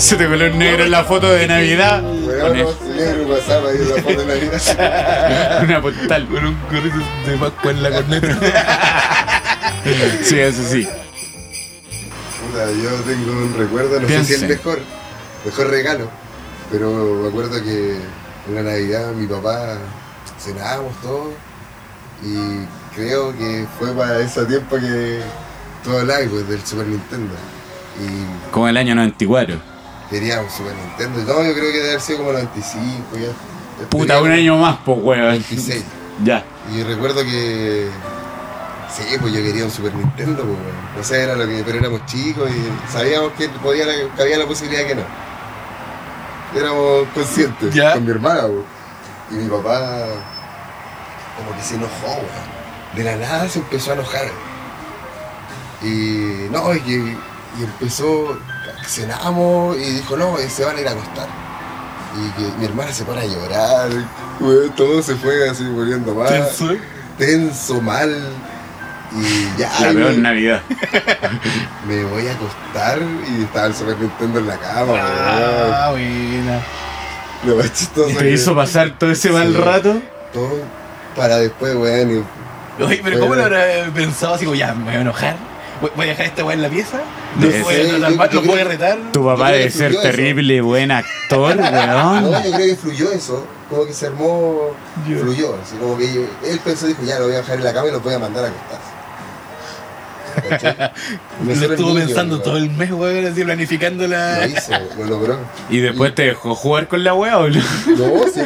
B: Se te coló un negro en la foto de Navidad.
C: Weón, no, se negro un WhatsApp ahí en la foto de la vida.
B: Una postal.
A: con un gorrito de Pascua en la corneta.
B: Sí, eso sí.
C: Puta, yo tengo un recuerdo, no sé si
B: Piense.
C: el mejor, mejor regalo, pero me acuerdo que en la Navidad mi papá cenábamos todo y creo que fue para ese tiempo que todo hablabas pues, del Super Nintendo. Y
B: Como el año 94.
C: quería un Super Nintendo y todo, yo creo que debe haber sido como el 95, ya. ya
B: Puta,
C: tenía
B: un año más, po, weón.
C: 26.
B: Ya.
C: Y recuerdo que. Sí, pues yo quería un Super Nintendo, pues, weón. No sé, era lo que. Pero éramos chicos y sabíamos que, podía, la- que había la posibilidad que no. Éramos conscientes
A: Ya.
C: con mi hermana, pues. Y mi papá. Como que se enojó, weón. De la nada se empezó a enojar. Y. No, y, que- y empezó. Cenamos y dijo, no, eh, se van a ir a acostar. Y que mi hermana se pone a llorar, weón, todo se fue así volviendo mal tenso, mal. Y ya
B: La
C: y
B: peor
C: me,
B: Navidad.
C: me voy a acostar y estaba el Super Nintendo en la cama.
A: Ah, buena.
C: weón. Lo más chistoso
B: Y
C: que
B: te hizo pasar todo ese mal
C: Sí.
B: rato.
C: todo para después, weón. y-
A: Oye, pero ¿cómo lo habrá pensado? Así como, ya, me voy a enojar. Voy voy a dejar esta weá en la pieza. No
B: Sí,
A: voy a
C: sí,
A: tratar
C: yo-
A: mal,
C: yo
A: no voy a
C: creo-
A: retar.
B: Tu
C: Yo
B: papá
C: creo que
B: debe ser
C: fluyó eso.
B: terrible buen actor,
C: No,
B: weón.
C: yo creo que fluyó eso, como que se armó,
A: Yo-
C: fluyó, así como que él pensó, dijo, ya lo voy a dejar en la cama y lo voy a mandar a acostar. ¿Cachai?
A: Lo
C: Nosotros
A: estuvo
C: niños,
A: pensando
C: weón.
A: todo el mes, weón, así planificando la.
C: Lo hizo, lo logró.
B: Y después te dejó jugar con la wea, o no?
C: No, sí.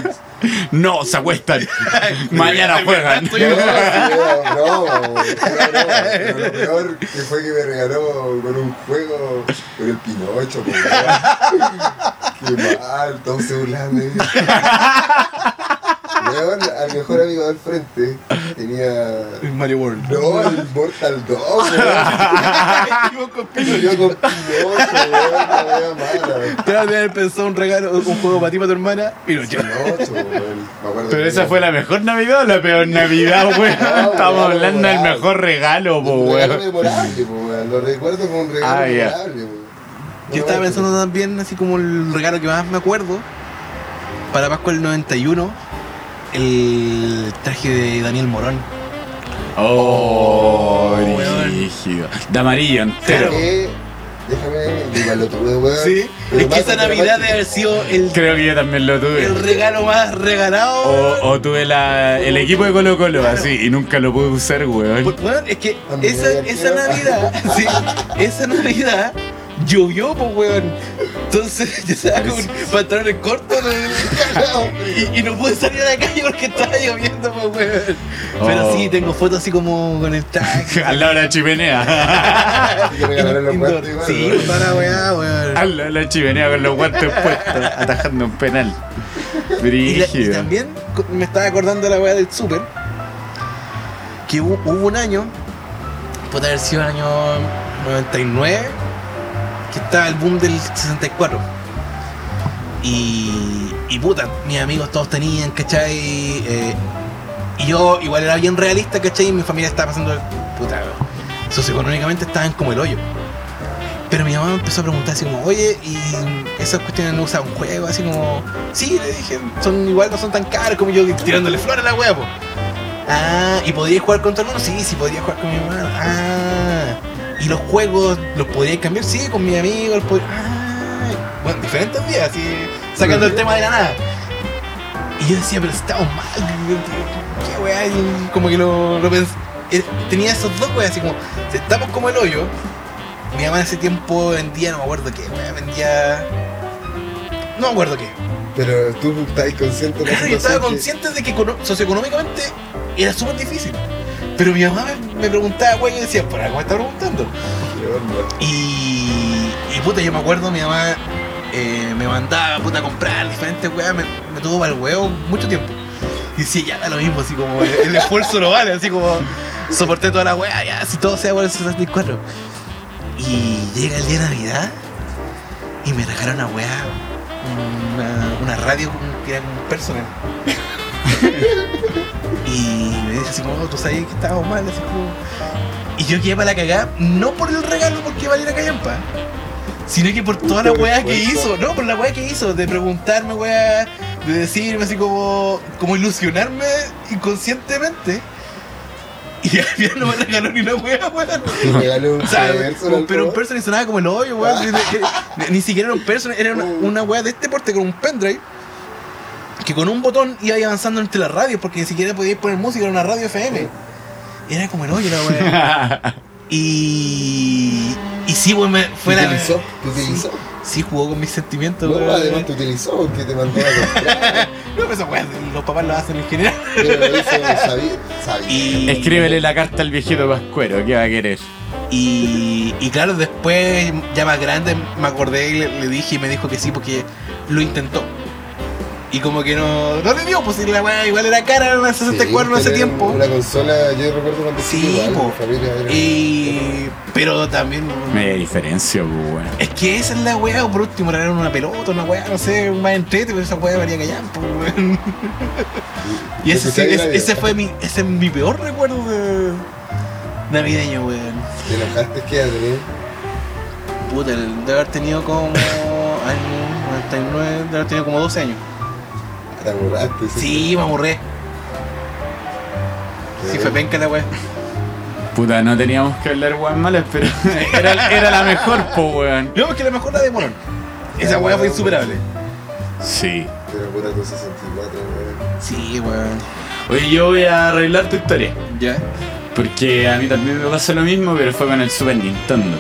B: No, se acuestan. Mañana juegan.
C: No, sí, no, no, no, pero lo peor que fue que me regaló con un juego con el Pinocho, pues, weón. Qué mal, todos se burlaban de mí. Weón, al mejor amigo del frente tenía.
A: Mario World.
C: No, el Mortal 2, weón. Y yo con Pinocho, weón, la wea mala.
A: Te vas a tener pensado un regalo, un juego para ti, para tu hermana, y no chao.
C: Pinocho, weón. Me acuerdo
B: Pero
C: que
B: esa
C: tenía-
B: fue la mejor Navidad o la peor Navidad, weón. Estamos hablando del mejor regalo, po,
C: Un regalo
B: weón.
C: memorable, po, weón. Lo recuerdo como un regalo
B: Ah, ya.
C: memorable, po.
A: Yo estaba
C: Bueno,
A: pensando también, así como el regalo que más me acuerdo, para Pascua del 91, el traje de Daniel Morón.
B: Oh,
A: weón.
B: rígido. De amarillo entero.
C: que- Déjame, igual lo tuve, weón.
A: Sí,
C: Pero
A: es que
C: más-
A: esa
C: pero más
A: Navidad debe
C: chico.
A: haber sido el,
B: Creo que yo también lo
A: el
B: tuve.
A: regalo más regalado.
B: O, o tuve la, el equipo de Colo Colo así y nunca lo pude usar, weón.
A: Por- weón, es que
C: También
A: esa,
C: era
A: esa
C: chileno.
A: Navidad, sí, esa Navidad llovió, pues, weón. Entonces yo estaba con pantalones cortos y, y no pude salir a la calle porque estaba lloviendo, pues, weón. Pero
B: Oh.
A: sí, tengo fotos así como con el tag.
B: Al lado de la chimenea.
C: Así que regalaron los
A: Indoor.
C: cuartos igual,
A: Sí,
C: weón.
A: toda la weá, weón.
B: Al lado de la chimenea con los guantes puestos, atajando un penal.
A: Y, la- y
B: Brígido.
A: también co- me estaba acordando de la weá del súper. Que hu- hubo, un año, puede haber sido el año 99, que estaba el boom del 64. Y, y puta, mis amigos todos tenían, ¿cachai? Eh, y yo igual era bien realista, ¿cachai? Y mi familia estaba pasando, puta, socioeconómicamente estaban como el hoyo. Pero mi mamá me empezó a preguntar así como, oye, y esas cuestiones no usan un juego, así como, sí, le dije, son igual, no son tan caros como yo tirándole flores a la wea, po. Ah, ¿y podrías jugar contra uno? Sí, sí, podría jugar con mi mamá. Ah, ¿y los juegos los podrías cambiar? Sí, con mi amigo, los pod- Ah, bueno, diferentes días, así, sacando el tema de la nada. Y yo decía, pero estamos mal, qué wea, y como que lo, lo pens- eh, Tenía esos dos weas, así como, estamos como el hoyo. Mi mamá en ese tiempo vendía, no me acuerdo qué, weón, vendía. No me acuerdo qué.
C: Pero tú estás consciente de la
A: Claro, yo estaba
C: situación que-
A: consciente de que econo- socioeconómicamente era súper difícil. Pero mi mamá me, me preguntaba, weón, y yo decía, ¿por algo me está preguntando?
C: Qué onda.
A: Y, y puta, yo me acuerdo, mi mamá eh, me mandaba puta, a comprar diferentes weas, me, me tuvo para el huevo mucho tiempo. Y sí, ya da lo mismo, así como el, el esfuerzo lo vale, así como soporté toda la wea, ya, si todo sea por el 64. Y llega el día de Navidad y me regalaron una wea, una, una radio con- que era un personal. y me dice así como, "Oh, tú sabes que estábamos mal, así como. Y yo quedé para la cagada, no por el regalo porque valía la callampa, sino que por toda la
C: Puta,
A: weá
C: qué
A: que
C: esfuerzo.
A: hizo, no, por la weá que hizo, de preguntarme weá, de decirme así como, como ilusionarme inconscientemente. Y al final no me regaló ni una weá, weón.
C: Me regaló un
A: O sea,
C: personal,
A: pero un
C: po.
A: personal sonaba como el hoyo, weón. Ni- ni- Ni siquiera era un personal, era una,
C: Uh.
A: una weá de este porte con un pendrive. Que con un botón iba ahí avanzando entre las radios, porque ni siquiera podías poner música, era una radio FM. Era como el hoyo la weá. y. Y sí, weón, me- fue
C: ¿Te
A: la.
C: utilizó? ¿Te utilizó?
A: Sí, jugó con mis sentimientos,
C: No,
A: weón.
C: además te utilizó porque te mandó a comprar.
A: No, pero esa weá, los papás lo hacen en general.
C: Pero eso sabía, sabía.
A: Y-
B: Escríbele la carta al viejito Pascuero, ¿qué va a querer?
A: Y, y claro, después, ya más grande, me acordé y le, le dije y me dijo que sí porque lo intentó. Y como que no, no le dio, pues y la weá igual era cara, era una
B: este
A: 64 no hace
C: tener
A: tiempo.
C: Una consola, yo recuerdo cuando
A: Sí,
C: chico, igual,
A: po.
C: mi familia era-
A: Y, pero también.
B: Media diferencia, pues, weón.
A: Es que esa es la weá, o por último, regalaron una pelota, una weá, no sé, un más entrete, pero esa weá valía callar, pues, weón. Y ese, sí,
C: Escuchaba
A: ese,
C: la-
A: ese fue mi, ese es mi peor recuerdo de navideño, weón.
C: ¿Te enojaste? ¿Qué edad tenías?
A: Puta, el- de haber tenido como. Ay, no, 99, de haber tenido como 12 años.
C: Te aburraste.
A: Sí, me aburré. Sí, fue penca la wea.
B: Puta, no teníamos que hablar weón malas, pero era, era la mejor, po, weón.
A: No, es que a lo mejor la de Morón. Esa wea fue insuperable.
B: Sí.
C: Pero puta, con 64, weón.
A: Sí, weón.
B: Oye, yo voy a arreglar tu historia.
A: Ya.
B: Porque a mí también me pasó lo mismo, pero fue con el Super Nintendo.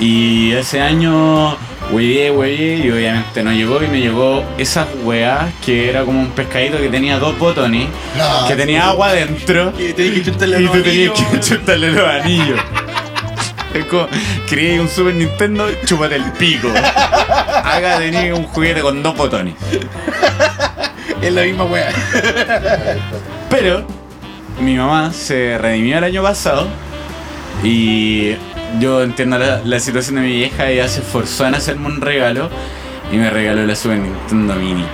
B: Y ese año huevé, huevé, y obviamente no llegó, y me llegó esas weas que era como un pescadito que tenía dos botones,
C: No,
B: que tenía agua dentro,
A: Y tenés que chutarle
B: y
A: los
B: tú tenías
A: anillos.
B: que chutarle los anillos. Es como, quería un Super Nintendo, chúpate el pico. Haga tenía un juguete con dos botones.
A: Es la misma wea.
B: Pero mi mamá se redimió el año pasado y yo entiendo la, la situación de mi vieja, ella se esforzó en hacerme un regalo y me regaló la Super Nintendo Mini.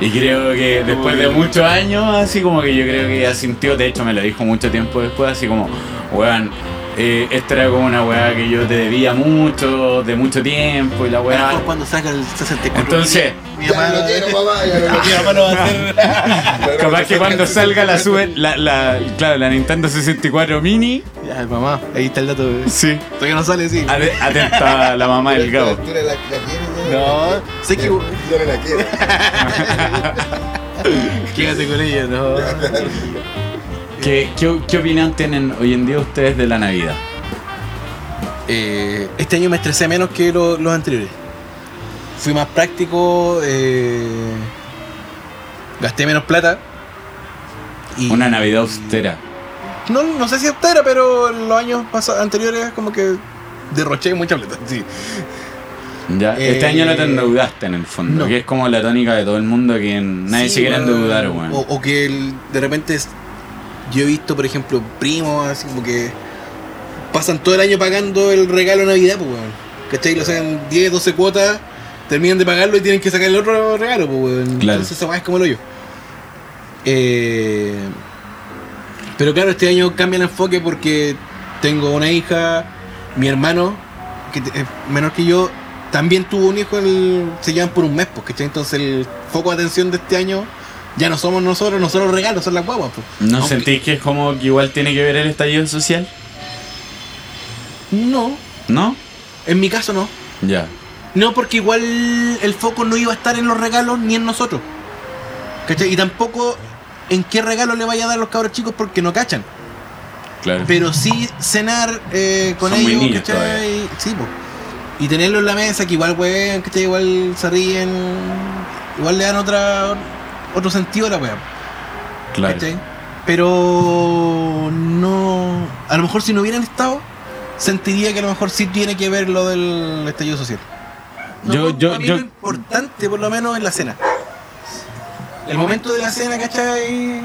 B: Y creo que después de muchos años, así como que yo creo que ella sintió, de hecho me lo dijo mucho tiempo después, así como, weón, eh, esta era como una weá que yo te debía mucho, de mucho tiempo y la weá...
A: Mejor cuando saca el 64.
B: Entonces-
A: Mi
C: Ya
A: mamá.
C: no lo quiero, mamá. Ya no lo
A: Mi
C: quiero.
A: mamá lo va a hacer.
C: Claro,
B: Capaz que cuando
C: el
B: salga la
C: 64.
B: Super, la, la, claro, la Nintendo 64 Mini,
A: Ya, mamá, ahí está el dato. weón.
B: sí,
A: Todavía no sale, sí.
B: Ade- Atenta la mamá del
C: Pero
B: Gabo.
C: esta altura la- la quieres,
A: No, sé que.
C: Yo no la quiero.
A: Quédate con ella, no.
B: ¿Qué, qué, qué opinión tienen hoy en día ustedes de la Navidad?
A: Eh, este año me estresé menos que lo- los anteriores. Fui más práctico, eh, gasté menos plata. y-
B: Una Navidad austera.
A: No, no sé si austera, pero en los años pasa- anteriores como que derroché mucha plata. Sí.
B: ¿ya?
A: Eh,
B: este año no te endeudaste en el fondo,
A: no.
B: que es como la tónica de todo el mundo que nadie
A: Sí,
B: se quiere
A: weón. Oh.
B: endeudar, weón.
A: O, o que el- de repente es- yo he visto, por ejemplo, primos así como que pasan todo el año pagando el regalo de Navidad, pues, weón. ¿Cachai? Lo sacan 10, 12 cuotas, terminan de pagarlo y tienen que sacar el otro regalo, pues, weón.
B: Claro.
A: Entonces esa weá es como el hoyo. Eh, pero claro, este año cambia el enfoque porque tengo una hija, mi hermano, que te- es menor que yo, también tuvo un hijo, el- se llevan por un mes, pues, ¿cachai? Entonces el foco de atención de este año ya no somos nosotros, no son los regalos, son las guaguas, pues.
B: ¿No
A: aunque-
B: sentís que es como que igual tiene que ver el estallido social?
A: No,
B: ¿No?
A: en mi caso no.
B: Ya.
A: No, porque igual el foco no iba a estar en los regalos ni en nosotros. ¿Cachai? Y tampoco en qué regalo le vaya a dar a los cabros chicos porque no cachan.
B: Claro.
A: Pero sí cenar eh, con
B: Son muy
A: ellos,
B: niños
A: ¿cachai? Sí, po. Y tenerlo en la mesa, que igual weón, ¿cachai? Igual se ríen, igual le dan otra otro sentido a la weá.
B: claro.
A: ¿cachai? Pero no. A lo mejor si no hubieran estado, sentiría que a lo mejor sí tiene que ver lo del estallido social. no,
B: Yo- yo-
A: para mí
B: yo-
A: lo importante, por lo menos en la cena. El momento de la cena, ¿cachai?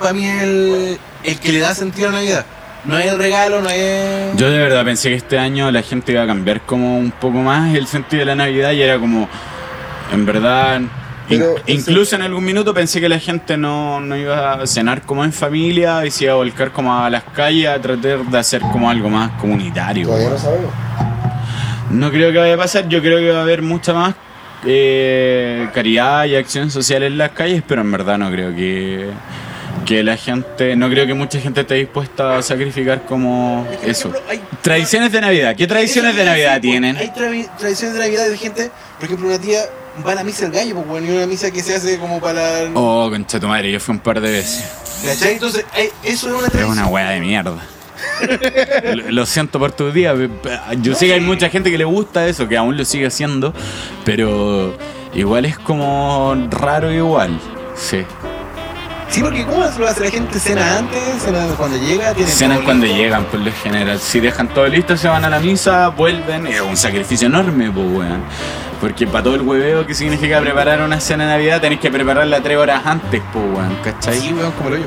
A: Para mí es el, el que le da sentido a la Navidad. No es el regalo, no es.
B: Yo de verdad pensé que este año la gente iba a cambiar como un poco más el sentido de la Navidad y era como, en verdad, in-
C: Pero ese-
B: incluso en algún minuto pensé que la gente no, no iba a cenar como en familia y se iba a volcar como a las calles a tratar de hacer como algo más comunitario.
C: Todavía
B: weón.
C: no sabemos.
B: No creo que vaya a pasar, yo creo que va a haber mucha más eh, caridad y acción social en las calles, pero en verdad no creo que, que la gente, no creo que mucha gente esté dispuesta a sacrificar como
A: Es que, por
B: eso.
A: ejemplo, hay-
B: Tradiciones de Navidad, ¿qué tradiciones
A: Eso te
B: de
A: iba a
B: Navidad
A: decir,
B: tienen?
A: po. Hay tra- tradiciones de Navidad de gente, por ejemplo, una tía va a la misa del gallo, pues, bueno, y una misa que se hace como para.
B: Oh, concha tu madre, yo fui un par de veces.
A: ¿Cachai? Entonces, hay- eso es una
B: Es
A: tradición.
B: una weá de mierda. Lo- Lo siento por tu día. pe- pe- Yo sé que hay mucha gente que le gusta eso, que aún lo sigue haciendo, pero igual es como raro igual. Sí.
A: Sí, porque ¿cómo se lo hace la gente? ¿Cena antes? ¿Cena cuando llega? ¿Tiene
B: Cenan
A: todo
B: cuando
A: listo?
B: llegan, por lo general. Si dejan todo listo, se van a la misa, vuelven. Es un sacrificio enorme, pues, weón. Porque para todo el hueveo que significa preparar una cena de Navidad, tenés que prepararla tres horas antes, pues, weón. ¿Cachai?
A: Sí, weón, como lo yo.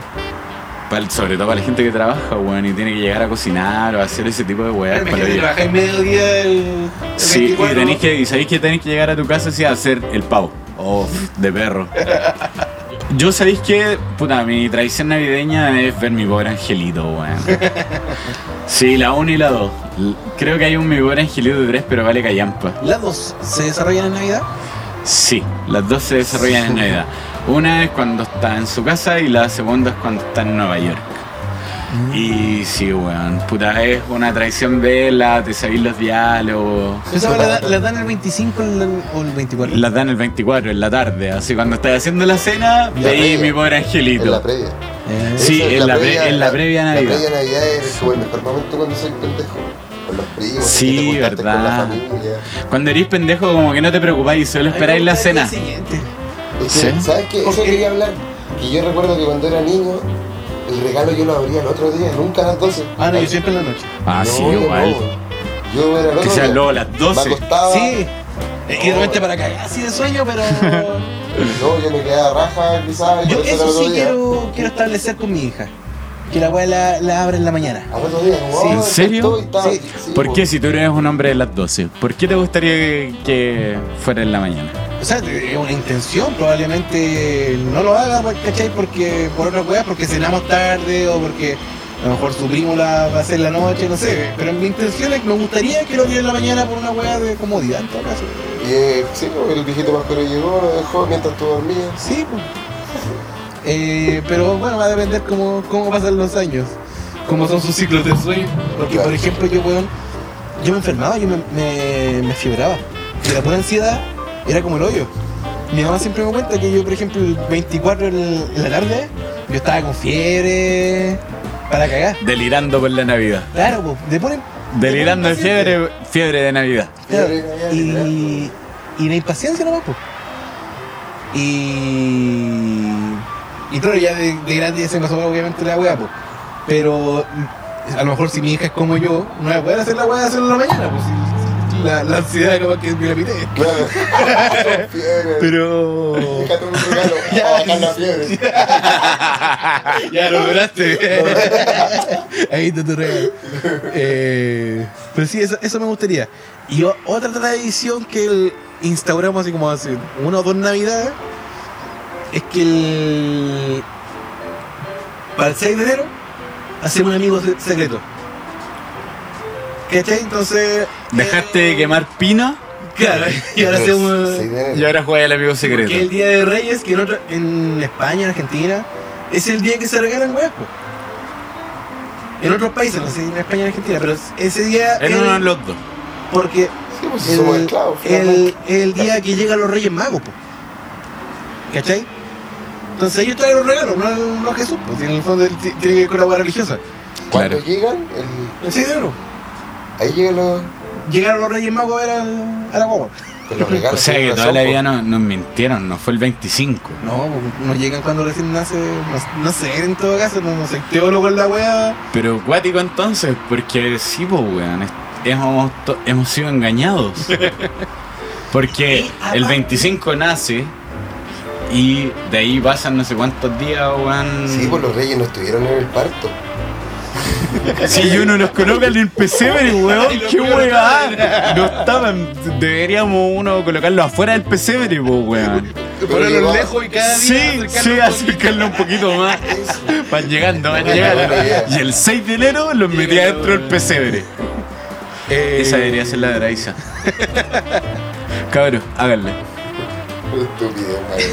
B: Pa'l- sobre todo para la gente que trabaja, weón, y tiene que llegar a cocinar o hacer ese tipo de weas. para
A: Imagínate,
B: llegar.
A: trabajáis medio día el. el
B: Sí, y
A: 24.
B: tenéis que, y sabéis que tenéis que llegar a tu casa así a hacer el pavo. Oh, de perro. Yo sabéis que, puta, mi tradición navideña es ver mi pobre angelito, weón. Sí, la 1 y la 2. Creo que hay un mi pobre angelito 3, pero vale callampa.
A: Las dos se desarrollan en Navidad.
B: Sí, las dos se desarrollan en Navidad. Una es cuando está en su casa y la segunda es cuando está en Nueva York.
C: Mm.
B: Y sí, weón, puta, es una tradición verla, te sabéis los diálogos.
A: Esa la, da- la dan el 25 el- o el 24.
B: Las dan el 24 en la tarde, así cuando estás haciendo la cena,
C: La
B: veí
C: previa.
B: mi pobre
C: En la
B: angelito.
C: previa.
A: Eh,
B: Sí,
C: Esa es
B: en la pre- en la previa Navidad.
C: La previa Navidad es como el mejor momento cuando soy pendejo. Con los primos,
B: Sí,
C: que te juntaste con la
B: verdad.
C: familia.
B: Cuando eres pendejo, como que no te preocupáis, solo esperáis la
A: Ahí me
B: cena.
A: gusta el día siguiente.
C: Es que,
B: Sí.
C: ¿Sabes qué? Eso
A: Porque-
C: quería hablar. Que yo recuerdo que cuando era niño, el regalo yo lo abría el otro día, nunca a las 12.
A: Ah, no, yo siempre en la noche.
B: Ah, sí,
C: No,
B: igual.
C: no. Yo era el otro
B: Que sea
C: día.
B: luego las
C: Me
B: 12.
C: acostaba.
A: Sí. Es que de repente para cagar así de sueño, pero.
C: No, yo me quedaba raja, quizás. y
A: Yo
C: por era
A: eso
C: el otro
A: sí
C: día.
A: quiero, quiero establecer con mi hija. Que la weá la, la abre en la mañana.
C: Al otro día, como,
A: Sí.
C: "Oh,
B: ¿En serio?
C: estoy", estaba-
A: Sí.
C: sí, pues.
B: ¿Por
C: po.
B: qué si tú eres un hombre de las 12? ¿Por qué te gustaría que, que fuera en la mañana?
A: O sea, es una intención, probablemente no lo haga, pues, ¿cachai? Porque, por otra weá, porque cenamos tarde o porque a lo mejor su primo la va a hacer la noche, no sé. Pero mi intención es que me gustaría que lo diera en la mañana por una weá de comodidad, en todo caso.
C: Y eh, sí, po, el viejito mascaro llegó, lo dejó mientras tú dormías.
A: Sí, pues. Eh, pero bueno, va a depender cómo, cómo pasan los años, cómo son sus ciclos de sueño. Porque, por ejemplo, yo, weón, yo me enfermaba, yo me, me, me fiebraba. Y la pura ansiedad era como el hoyo. Mi mamá siempre me cuenta que yo, por ejemplo, el 24 en en la tarde, yo estaba con fiebre para cagar.
B: Delirando por la Navidad.
A: Claro, pues, de ponen.
B: Delirando de fiebre, fiebre de Navidad.
A: Y, y la impaciencia nomás, pues. Y. Y claro, ya de, de grande ya se me sobra obviamente la weá, pues. Pero mm, a lo mejor si mi hija es como yo, no va a poder hacer la weá de hacerlo en la mañana, pues. y La, la ansiedad capaz que me la pité.
C: Claro. Fiebre.
B: Pero.
C: Déjate un regalo.
A: Ya.
C: para bajar la fiebre.
A: Ya lo lograste. Ahí está tu regalo. Eh, pero sí, eso, eso me gustaría. Y o- otra tradición que el- instauramos así como hace una o dos navidades es que el. Para el 6 de enero hacemos un amigo se- secreto. ¿Cachai? Entonces.
B: Dejaste de
A: eh,
B: quemar pino
A: Claro, y ahora hacemos.
C: Sí, de-
B: y ahora juega el amigo
A: Que el
B: secreto.
A: Día de Reyes, que en, otra- en España, en Argentina, es el día que se regalan weas, po. En otros países, no sé, en España, en Argentina, pero ese día
B: En
A: es
B: uno de los dos.
A: porque
C: Sí, pues si
A: el,
C: somos esclavos.
A: el,
C: finalmente.
A: el día que llegan los Reyes Magos, po. ¿Cachai? Entonces ellos traen los regalos, no, no Jesús, pues en el fondo él ti- tiene que ver con la wea religiosa.
C: Cuando
B: Claro.
C: llegan, el-
A: El 6 de enero,
C: ahí llegan los,
A: llegaron los Reyes Magos a ver al- a la guagua.
C: pues los regalos.
B: O sea
C: tienen
B: que toda
C: razón,
B: la
C: po.
B: vida no- nos mintieron, no fue el 25.
A: No, po, no llegan cuando recién nace, no, no sé, en todo caso, no, no sé, teólogo en la wea.
B: Pero cuático entonces, porque sí, pues, weón, es- hemos, to- hemos sido engañados. Porque el 25 nace y de ahí pasan no sé cuántos días, weón.
C: Sí, pues los reyes no estuvieron en el parto.
B: Si uno los coloca en el pesebre, weón, qué weá. No estaban. Deberíamos uno colocarlo afuera del pesebre, po, weón.
A: Ponerlos
C: llegó-
A: lejos y cada día.
B: Sí,
A: acercarlo un poquito.
B: sí, acercarlo un poquito más. Van llegando, van
C: Buena idea.
B: llegando. Y el 6 de enero los metía
A: Llegando,
B: dentro del
A: weón.
B: pesebre.
A: Eh,
B: Esa debería ser la de Araiza. Cabros, háganle.
C: Estúpido, madre.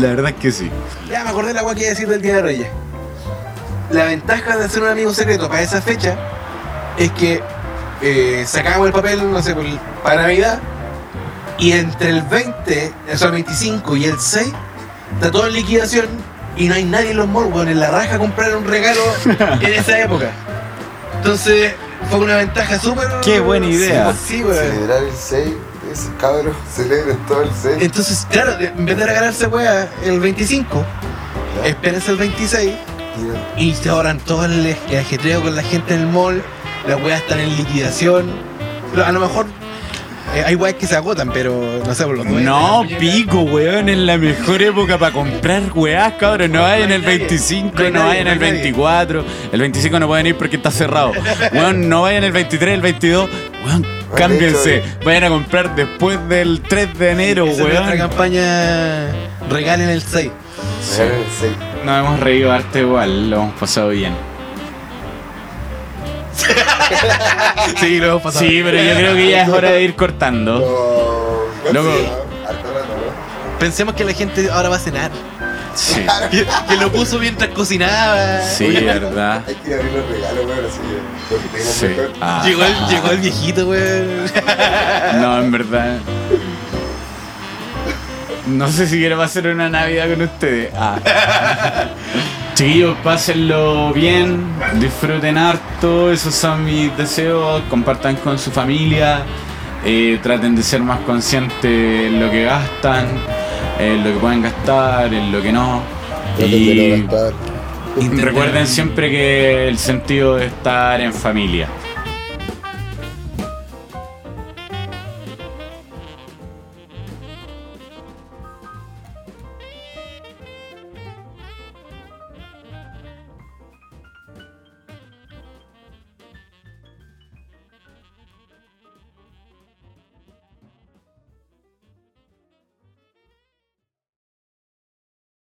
B: La verdad es que sí.
A: Ya me acordé la agua que iba a decir del Día de Reyes. La ventaja de hacer un amigo secreto para esa fecha es que eh, sacamos el papel, no sé, por- para Navidad y entre el 20, o sea, el 25 y el 6 está todo en liquidación y no hay nadie en los malls, weón, en la raja comprar un regalo en esa época. Entonces fue una ventaja súper...
B: Qué buena idea.
A: Sí, weón.
C: Celebrar el 6, esos cabros celebren todo el
B: Eh,
C: 6.
A: Entonces, claro, en vez de regalarse weá el 25, esperas el 26 Y se ahorran todo el, el ajetreo con la gente en el mall, las weas están en liquidación. Lo- A lo mejor eh, hay weas que se agotan, pero no sé por los dueños.
B: No, pico, weón, es la mejor época para comprar weás, cabrón. No hay en el
A: No hay nadie.
B: 25,
A: No hay
B: no
A: nadie,
B: hay en
A: no
B: el
A: hay nadie.
B: 24. El 25 no pueden ir porque está cerrado. Weón, no vayan el 23, el 22. Weón, cámbiense. Vayan a comprar después del 3 de enero,
A: Esa es nuestra
B: weón.
A: campaña regalen el 6.
C: Celebrar el 6.
B: Nos hemos reído harto igual, lo hemos pasado bien.
A: Sí, lo hemos
B: Sí, pero yo creo que ya es hora de ir cortando.
C: No.
B: Loco.
C: Harto rato, ¿no?
A: Pensemos que la gente ahora va a cenar.
B: Sí,
A: Que, que lo puso mientras cocinaba.
B: sí, verdad.
C: Hay que ir a abrir los regalos, weón, así que lo que tengan
B: Sí.
C: mejor.
B: Ah,
A: Llegó el, llegó el viejito, weón.
B: No, en verdad. No sé si quiero pasar una Navidad con ustedes. Ah. Chiquillos, pásenlo bien, disfruten harto, esos son mis deseos, compartan con su familia, eh, traten de ser más conscientes en lo que gastan, en lo que pueden gastar, en lo que no.
C: Traten de no gastar.
B: Recuerden siempre que el sentido de estar en familia.